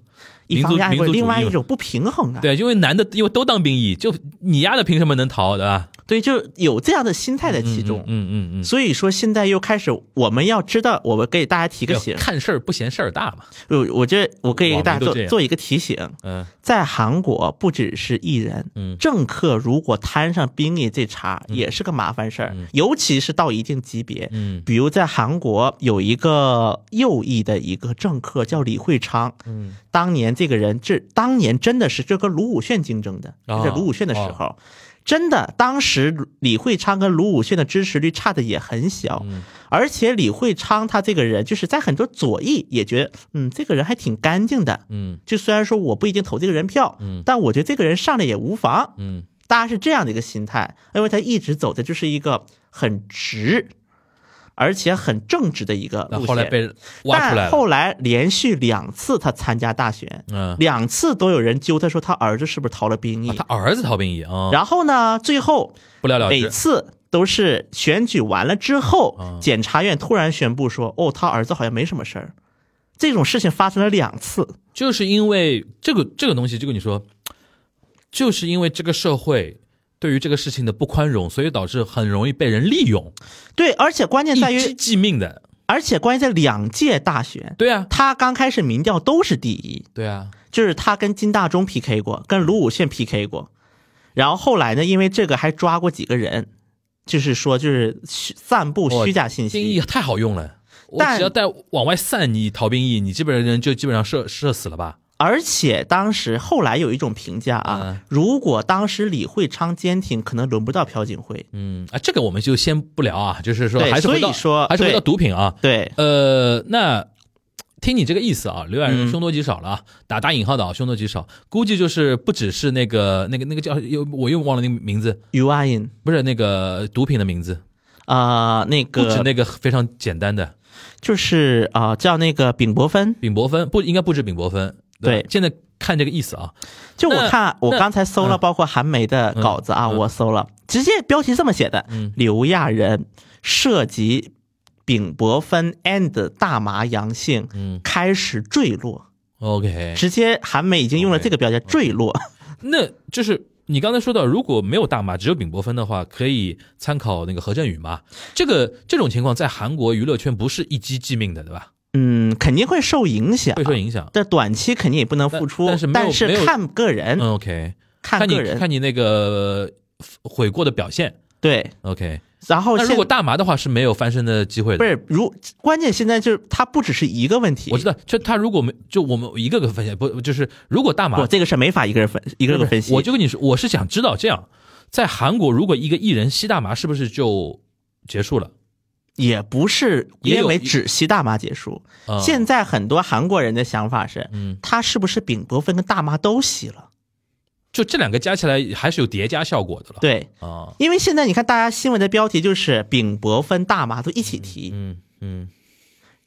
一
啊民
方
族
面还
民
有
族主
另外
义
一
嘛，
种不平衡啊。
对，因为男的因为都当兵役，就你丫的凭什么能逃，对吧？
对，就有这样的心态在其中。
嗯嗯嗯，
所以说，现在又开始，我们要知道，我们给大家提个
要
醒。
看事儿不嫌事儿大嘛。
我我这我给
网民
大家
都
做
这样
做一个提醒，
嗯
在韩国不只是艺人，
嗯
政客如果摊上兵役这茬，也是个麻烦事儿，尤其是到一定级别。
嗯
比如在韩国有一个右翼的一个政客叫李惠昌，
嗯，
当年这个人这当年真的是这跟卢武铉竞争的，
啊
就在卢武铉的时候，真的当时李惠昌跟卢武铉的支持率差的也很小，
嗯
而且李惠昌他这个人就是在很多左翼也觉得，嗯，这个人还挺干净的，
嗯
就虽然说我不一定投这个人票，
嗯
但我觉得这个人上来也无妨，
嗯
大家是这样的一个心态，因为他一直走的就是一个很直，而且很正直的一个
那
路线。
后来被挖出来
但
了。
后来连续两次他参加大选，
嗯，
两次都有人揪他说他儿子是不是逃了兵役，
啊他儿子逃兵役啊，
然后呢，最后
不了了
每
之。
次都是选举完了之后，
嗯
检察院突然宣布说，哦，他儿子好像没什么事儿。这种事情发生了两次，
就是因为这个这个东西，这个你说，就是因为这个社会对于这个事情的不宽容，所以导致很容易被人利用，
对，而且关键
一
在于
击即命的。
而且关键在两届大选，
对啊，
他刚开始民调都是第一，
对啊，
就是他跟金大中 PK 过，跟卢武铉 PK 过，然后后来呢，因为这个还抓过几个人，就是说就是虚散布虚假信
兵役
息，
太好用了。我
但
只要带往外散，你逃兵役，你基本上人就基本上射射死了吧？
而且当时后来有一种评价
嗯
啊，如果当时李惠昌坚挺，可能轮不到朴槿惠。
嗯啊，这个我们就先不聊啊，就是说
对
还是回到
所以说
还是回到
对
毒品啊。
对，
呃，那听你这个意思啊，刘亚仁
嗯
凶多吉少了啊，打打引号的啊，凶多吉少，估计就是不只是那个那个那个叫又我又忘了那个名字，
于万英
不是那个毒品的名字，
啊，那
不止
个
那个非常简单的
就是啊、叫那个丙伯芬，
丙泊酚，不应该不止丙泊酚。吧
对
现在看这个意思啊，
就我看，我
那
刚才搜了，
嗯
包括韩媒的稿子啊，
嗯嗯
我搜了，直接标题这么写的：
嗯
刘亚仁涉及丙泊酚 and 大麻阳性，
嗯
开始坠落。
，OK，
直接韩媒已经用了
OK，
这个标签“坠落
那就是。你刚才说到，如果没有大麻，只有丙泊酚的话，可以参考那个何振宇嘛？这个这种情况在韩国娱乐圈不是一击即命的，对吧？”，
嗯，肯定会受影响
会，受影响。
但短期肯定也不能付出
但但是，没有
但
没有
是看个人，
嗯，OK，
看
你
个人，
看你那个呃悔过的表现。
对。
OK，
然后
那如
现
果大麻的话是没有翻身的机会的。
不，是如关键现在就是它不只是一个问题，
我知道，就他如果没就我们一个个分析，不就是如果大麻
我这个事儿没法一个人分一个个分析，
我就跟你说，我是想知道这样，在韩国如果一个艺人吸大麻是不是就结束了？
也不是
也有
因为
一
只吸大麻结束。
啊
现在很多韩国人的想法是，
嗯，
他是不是丙泊酚跟大麻都吸了？
就这两个加起来还是有叠加效果的了。
对，
啊，
因为现在你看大家新闻的标题就是丙泊酚、大麻都一起提，
嗯嗯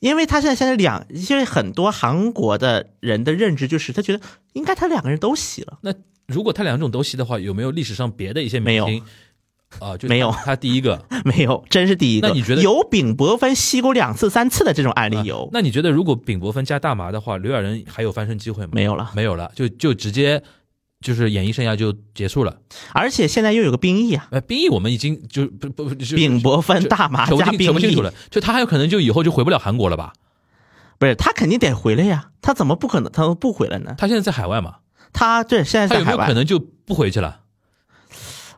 因为他现在现在两，因为很多韩国的人的认知就是他觉得应该他两个人都吸了，
那如果他两种都吸的话，有没有历史上别的一些明
没
星
有？
啊，就
没有
他他第一个，
没有，真是第一个。
那你觉得啊
有丙泊酚吸过两次、三次的这种案例有？
那你觉得如果丙泊酚加大麻的话，刘亚仁还有翻身机会吗？
没有了
没有了，就就直接就是演艺生涯就结束了。
而且现在又有个兵役啊，
呃，兵役我们已经就不不不就
丙泊酚、大麻
扯不
加
清扯
兵
不清楚
役，
了，就他还有可能就以后就回不了韩国了吧？
不是他肯定得回来呀，他怎么不可能他不回来呢？
他现在在海外嘛，
他对现在
他
在
有没
海
有可
外，
能就不回去了？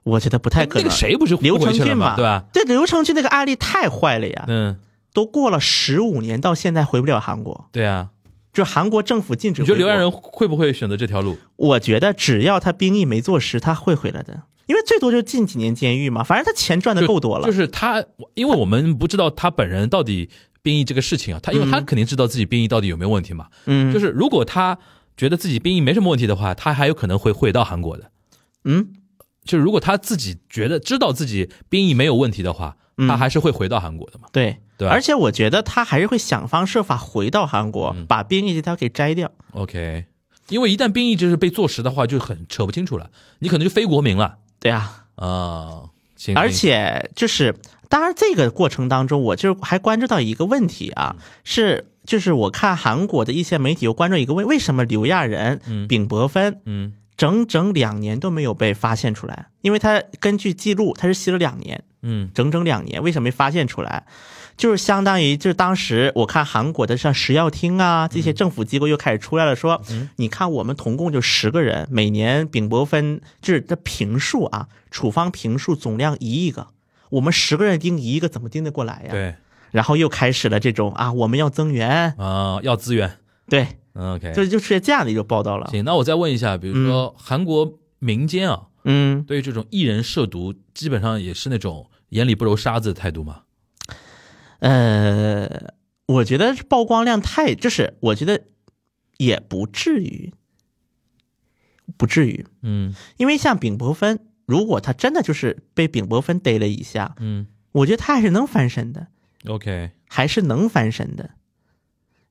我觉得不太可
那
能。
个谁不是
刘
不回
承
去了
俊
嘛，
嘛，
对吧？？
对，刘承俊那个案例太坏了呀，
嗯，
都过了十五年，到现在回不了韩国，
对啊。
就韩国政府禁止
你觉
回国。
得刘亚仁会不会选择这条路？
我觉得只要他兵役没坐实，他会回来的，因为最多就进几年监狱嘛，反正他钱赚的够多了。
就是他，因为我们不知道他本人到底兵役这个事情啊，他因为他
嗯
肯定知道自己兵役到底有没有问题嘛。
嗯，
就是如果他觉得自己兵役没什么问题的话，他还有可能会回到韩国的。
嗯，
就是如果他自己觉得知道自己兵役没有问题的话，
嗯
他还是会回到韩国的嘛。
对
对吧啊
而且我觉得他还是会想方设法回到韩国，
嗯
把兵役这条给摘掉。
OK，因为一旦兵役就是被坐实的话，就很扯不清楚了，你可能就非国民了
对啊，
啊。行
而且就是，当然这个过程当中，我就还关注到一个问题啊，是就是我看韩国的一些媒体有关注一个问，为什么刘亚仁、
嗯
丙伯芬
嗯
整整两年都没有被发现出来，因为它根据记录，它是吸了两年，
嗯
整整两年，为什么没发现出来？就是相当于，就是当时我看韩国的像食药厅啊，这些政府机构又开始出来了，说，
嗯
你看我们同共就十个人，每年丙泊酚就是这瓶数啊，处方瓶数总量一亿个，我们十个人盯一亿个，怎么盯得过来呀？。
对
然后又开始了这种啊，我们要增援，
啊，要资源
对，
嗯，OK，
就就出现这样的一个报道了。
行，那我再问一下，比如说韩国民间啊，
嗯，
对于这种艺人涉毒，基本上也是那种眼里不揉沙子的态度嘛？
呃，我觉得曝光量太，就是我觉得也不至于，不至于，
嗯
因为像丙泊酚，如果他真的就是被丙泊酚逮了一下，
嗯
我觉得他还是能翻身的，
，OK，
还是能翻身的。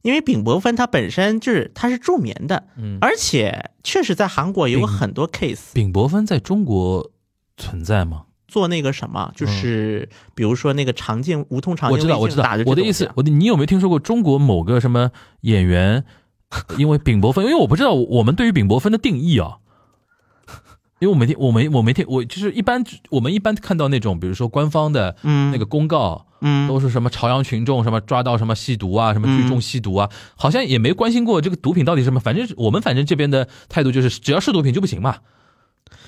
因为丙泊酚它本身就是它是助眠的，
嗯
而且确实在韩国有
丙
很多 case
丙泊酚在中国存在吗？
做那个什么，就是比如说那个肠镜无痛肠
嗯我
镜，
知道，我知道
打，
我的意思，我的你有没有听说过中国某个什么演员 因为丙泊酚？因为我不知道我们对于丙泊酚的定义啊。因为我没听，我没我没听，我就是一般我们一般看到那种，比如说官方的
嗯
那个公告，
嗯
都是什么朝阳群众，什么抓到什么吸毒啊，什么聚众吸毒啊，好像也没关心过这个毒品到底是什么。反正我们反正这边的态度就是，只要是毒品就不行嘛，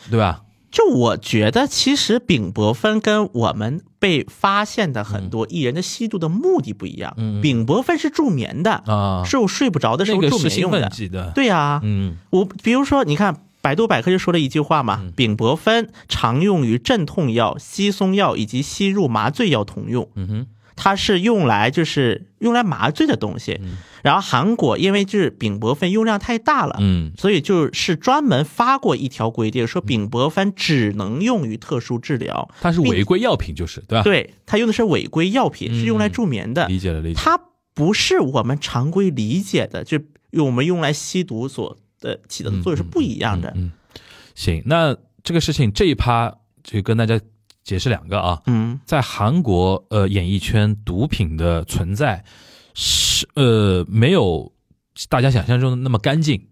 对吧？
就我觉得，其实丙泊酚跟我们被发现的很多艺人的吸毒的目的不一样。
嗯嗯嗯
丙泊酚是助眠的，
啊，
是我睡不着的时
那
候
个
助
是
眠
兴
用
奋
的。
剂的，
对呀、
嗯
我比如说，你看百度百科就说了一句话嘛，丙泊酚常用于镇痛药、吸松药以及吸入麻醉药同用。
嗯哼，
它是用来就是用来麻醉的东西。
嗯
然后韩国因为就是丙泊酚用量太大了，
嗯
所以就是专门发过一条规定，说丙泊酚只能用于特殊治疗。
它是违规药品，就是对吧？，
对，它用的是违规药品，是用来助眠的。
啊嗯理解了理解。
它不是我们常规理解的，就用我们用来吸毒嗯所的起的作用是不一样的。
嗯，行，那这个事情这一趴就跟大家解释两个啊，
嗯
在韩国呃演艺圈毒品的存在是呃没有大家想象中的那么干净。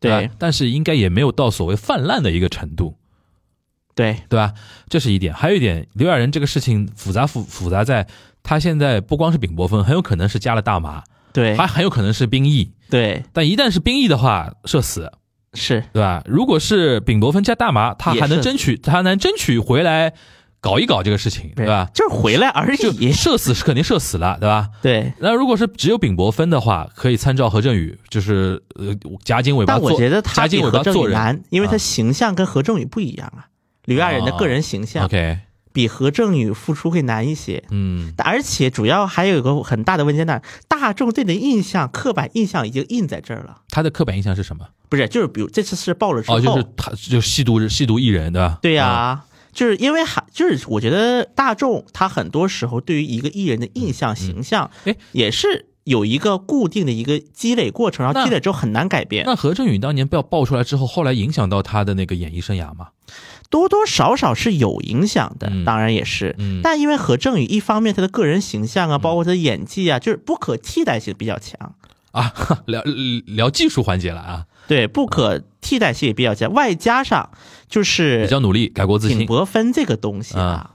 对
吧但是应该也没有到所谓泛滥的一个程度，
对，
对吧？这是一点，还有一点，刘亚仁这个事情复杂复复杂在，他现在不光是丙泊酚，很有可能是加了大麻，
对
还，很有可能是兵役。
对，
但一旦是兵役的话，社死，
是，
对吧？如果是丙泊酚加大麻，他
也
还能
是
争取，他还能争取回来搞一搞这个事情，对吧？
就是回来而
就
已。
社死是肯定社死了，对吧？
对，
那如果是只有丙泊酚的话，可以参照何振宇，就是呃夹紧尾巴
但
做，
我觉得他
夹
比
紧尾
何
巴
正
做人。
宇难，因为
啊哦
他形象跟何正宇不一样啊。刘亚仁的个人形象
OK，
比何正宇付出会难一些。
嗯，
而且主要还有一个很大的问题在哪儿？大众对你的印象、刻板印象已经印在这儿了。
他的刻板印象是什么？
不是，就是比如这次事爆了之后，
哦，就是啊他就吸毒吸毒艺人对吧？
对呀、就是因为还就是我觉得大众他很多时候对于一个艺人的印象、形象，
诶
也是有一个固定的一个积累过程，然后
那
积累之后很难改变，
那何振宇当年被爆出来之后，后来影响到他的那个演艺生涯嘛？
多多少少是有影响的，
嗯
当然也是。
嗯
但因为何正宇一方面他的个人形象啊，包括他的演技啊，就是不可替代性比较强。
啊，聊聊技术环节了啊，
对，不可替代性也比较强，外加上就
比
是
较努力，改过自
丙
新。
泊酚这个东西啊，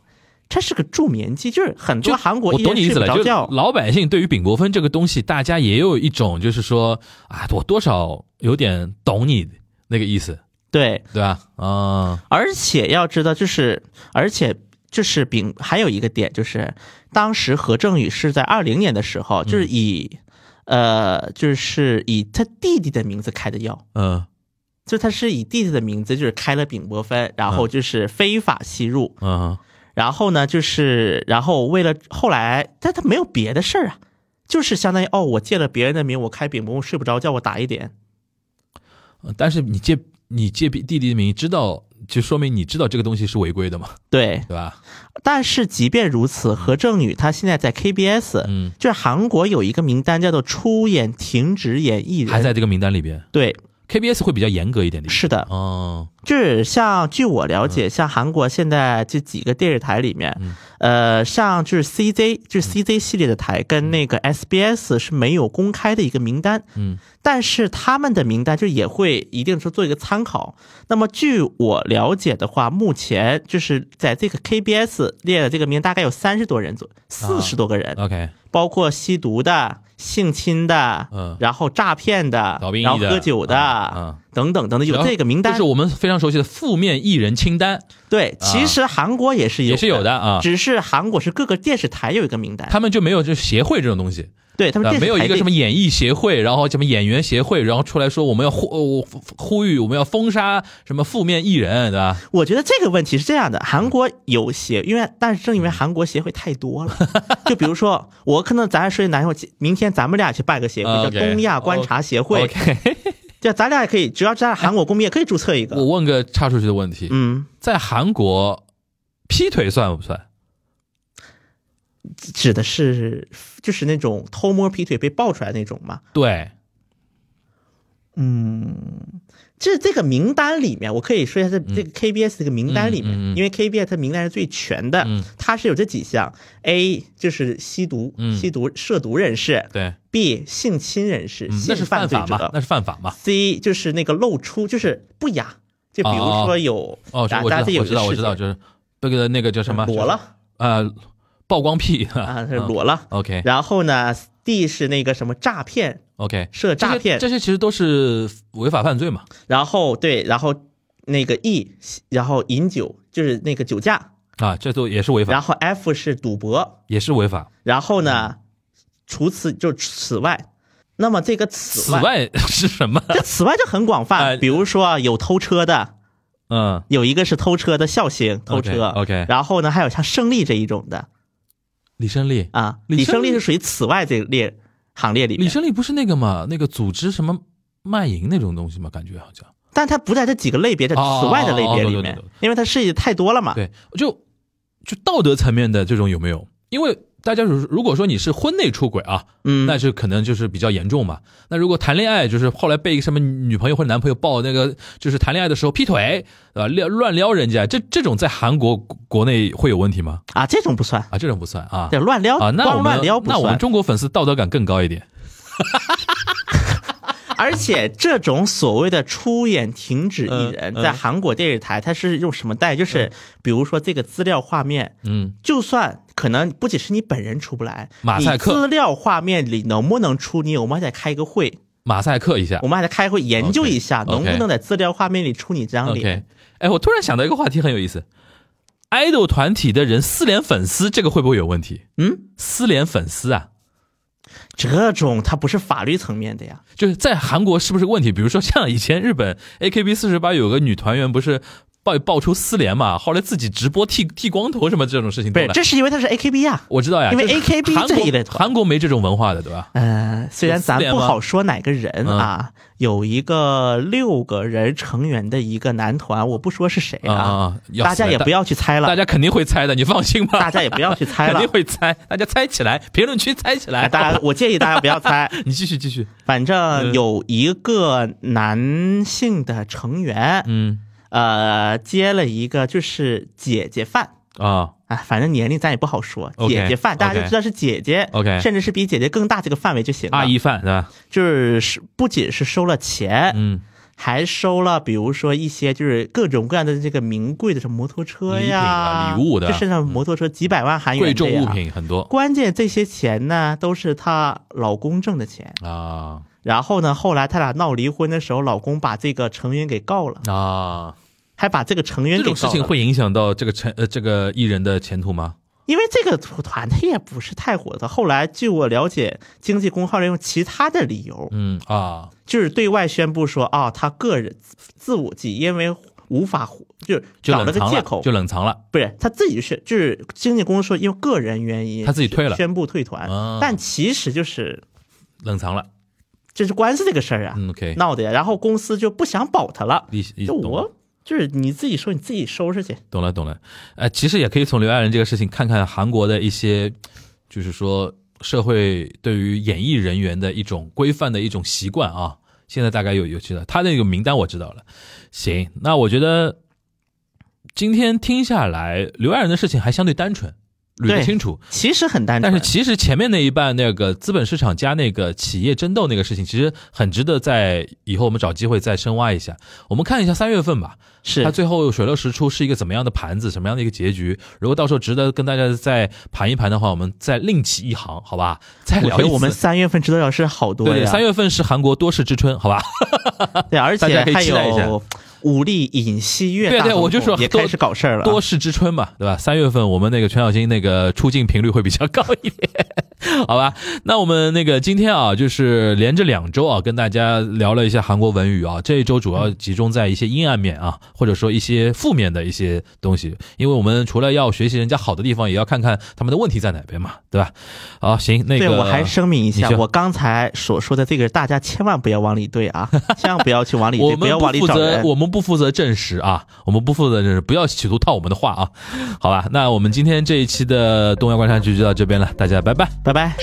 它是个助眠剂，就是很多韩国
我
艺
懂
人
你意
睡
思
不
了，
着
就是
觉，
老百姓对于丙泊酚这个东西，大家也有一种就是说啊，我多少有点懂你那个意思，
对，
对吧？啊，
而且要知道，就是而且就是丙还有一个点就是，当时何正宇是在二零年的时
嗯
候，就是以、呃就是以他弟弟的名字开的药。
嗯
就他是以弟弟的名字，就是开了丙泊酚，然后就是非法吸入，
嗯
然后呢，就是然后为了后来，但他没有别的事儿啊，就是相当于哦，我借了别人的名，我开丙泊，我睡不着觉，我打一点。
嗯，但是你借你借弟弟的名义知道，就说明你知道这个东西是违规的嘛，
对，
对吧？
但是即便如此，何正宇他现在在 KBS，
嗯，
就是韩国有一个名单叫做出演停止演艺人，
还在这个名单里边。
对，
KBS 会比较严格一点的。
是的，
哦，
就是像据我了
嗯
解，像韩国现在这几个电视台里面，呃，像就是 CJ
嗯
就是 CJ 系列的台跟那个 SBS 是没有公开的一个名单，
嗯，
但是他们的名单就也会一定是做一个参考。那么据我了解的话，目前就是在这个 KBS 列的这个名，大概有三十多人左，四十多个人，
OK，
包括吸毒的、性侵的，
嗯
然后诈骗的
老兵，役
然后
的
喝
嗯
酒
嗯
的，等等等等，有这个名单
就是。我们非常熟悉的负面艺人清单，
对，其实韩国也是有
也是有的啊
只是韩国是各个电视台有一个名单，
他们就没有这协会这种东西，
对他们
啊
电视
没
台
有一个
这
什么演艺协会，然后什么演员协会，然后出来说我们要呼呃呼呼吁我们要封杀什么负面艺人，对吧？
我觉得这个问题是这样的，韩国有协，因为但是正因为韩国协会太 多了，就比如说我可能咱说男友，明天咱们俩去办个协会，
啊
叫
OK 哦
东亚观察协会，
OK，
就咱俩也可以，只要咱俩韩国公民也可以注册一
我
个。
问个插出去的问题，
嗯，
在韩国劈腿算不算？
指的是就是那种偷摸劈腿被爆出来那种嘛。
对，
这这个名单里面，我可以说一下这这个 KBS 这个名单里面，
嗯嗯嗯嗯
因为 KBS 它名单是最全的，
嗯
它是有这几项：A 就是吸毒、
嗯
吸毒涉毒人士
对，
；B 性侵人士、
嗯那
性
是
犯
犯
罪
法
者
嘛？那是犯法嘛？
；C 就是那个露出，就是不雅，就比如说有
哦，我知
大
道，我
家这有一
知道，
个
我
事
知道，
情
就是那个那个叫什么？
嗯裸了
呃，曝光屁
啊，是
嗯
裸了。
OK
然后呢，D 是那个什么诈骗，
OK，
涉诈骗
这些这些其实都是违法犯罪嘛？
然后对，然后那个 E，然后饮酒就是那个酒驾，
啊，这都也是违法，
然后 F 是赌博。
也是违法。
然后
嗯
呢，除此就此外，那么这个此
此
外，
外 是什么？
这此外就很广
哎
泛，比如说啊有偷车的，
嗯，
有一个是偷车的孝行偷车
OK，OK
然后呢还有像胜利这一种的
李胜利，
啊，
李
李胜利
胜利
是属于此外这列行列里
李
面，
胜利不是那个嘛？那个组织什么卖淫那种东西嘛？感觉好像。
但他不在这几个类别的
哦
此外的类
哦哦哦哦
别里
对对
面
对对，
因为他涉及的太多了嘛。
对，就就道德层面的这种有没有？因为大家如如果说你是婚内出轨啊，
嗯
那是可能就是比较严重嘛。那如果谈恋爱，就是后来被什么女朋友或者男朋友抱那个，就是谈恋爱的时候劈腿，呃，撩乱撩人家，这这种在韩国国国内会有问题吗？
啊，这种不算，
啊，这种不算啊。
这乱撩
啊，那我
光
们
乱撩不
那我们
算。
中国粉丝道德感更高一点。
而且这种所谓的出演停止艺
嗯
人，
嗯
在韩国电视台它是用什么带？就是比如说这个资料画面，
嗯，
就算可能不仅是你本人出不来，
马赛克
你资料画面里能不能出你？我们还得开一个会，
马赛克一下
我。们还得开会研究一下
OK，OK
能不能在资料画面里出你这张脸。
OK，哎，我突然想到一个话题很有意思，爱豆团体的人私联粉丝，这个会不会有问题？
嗯，
私联粉丝啊，
这种它不是法律层面的呀，
就是在韩国是不是问题？比如说像以前日本 AKB 四十八有个女团员不是爆爆出私联嘛，后来自己直播剃剃光头什么这种事情
不
都
是
来，，
这是因为它是 AKB 呀。
我知道呀，
因为
就是
AKB
韩
这一类
国
团
韩国没这种文化的，对吧？
呃，虽然咱
有私联
不
吗
好说哪个人
嗯
啊，有一个六个人成员的一个男团，我不说是谁
啊啊
啊
啊，要
大家
死
也
的
不要去猜了，
大家肯定会猜的，你放心吧。
大家也不要去猜
肯
了
定。会猜，大家猜起来，评论区猜起来。
哎大家，我建议大家不要猜。
你继续继续，
反正有一个男性的成员，
嗯
呃，接了一个就是姐姐范。
啊
啊，反正年龄咱也不好说
OK，
姐姐范，大家就
OK
知道是姐姐
OK 啊
甚至是比姐姐更大这个范围就行了。
阿姨饭是吧？
就是是不仅是收了钱，
嗯，
还收了，比如说一些就是各种各样的这个名贵的什么摩托车
礼品
呀、
啊礼物的
就甚至摩托车几百万韩元
贵重
哎这样
物。品很多
关键这些钱呢，都是她老公挣的钱。
啊
然后呢，后来她俩闹离婚的时候，老公把这个成员给告了，
啊！
还把这个成员
这
给
种
告
事情
了。
会影响到这个成呃这个艺人的前途吗？
因为这个团他也不是太火的。后来据我了解，经纪公号用其他的理由，
嗯啊，
就是对外宣布说，啊，他个人自我己因为无法就是
就
找
冷
了个
藏
借口，
就冷藏了。
不是他自己是，就是经纪公司说因为个人原因，
他自己退了
宣布退团
啊，
但其实就是
冷藏了，
这是官司这个事儿啊，
嗯，OK
闹的呀，然后公司就不想保他了，
理理
就
懂了
我就是你自己说你自己收拾去，
懂了懂了。呃，其实也可以从刘亚仁这个事情看看韩国的一些，就是说社会对于演艺人员的一种规范的一种习惯啊。现在大概有有知道，他那个名单我知道了。行，那我觉得今天听下来，刘亚仁的事情还相对单纯，捋得
对
清楚。
其实很单
但
纯，
是其实前面那一半那个资本市场加那个企业争斗那个事情，其实很值得在以后我们找机会再深挖一下。我们看一下三月份吧，它
是
最后水落石出是一个怎么样的盘子，什么样的一个结局？如果到时候值得跟大家再盘一盘的话，我们再另起一行，好吧？再
我
聊一
觉得
次
我们三月份知道要是好多
对对，
呀，
三月份是韩国多事之春，好吧？
对，而
大家
且
可以
还
期待一下
有武力尹锡悦
对
大
对
总
我就
统
说
也
多
开始搞事儿了，
多事之春嘛，对吧？三月份我们那个全小新那个出镜频率会比较高一点， 好吧？那我们那个今天啊，就是连着两周啊，跟大家聊了一下韩国文娱啊，这一周主要集中在一些阴暗面啊，或者说一些负面的一些东西，因为我们除了要学习人家好的地方，也要看看他们的问题在哪边嘛，对吧？好，行，那个
对，我还声明一下
你，说
我刚才所说的这个，大家千万不要往里对啊，千万不要去往 里
我
对，不
们
要往里
负
找
责，
人。
我们不负责证实啊，我们不负责证实，不要企图套我们的话啊，好吧？那我们今天这一期的东亚观察局就到这边了，大家拜拜。
拜拜。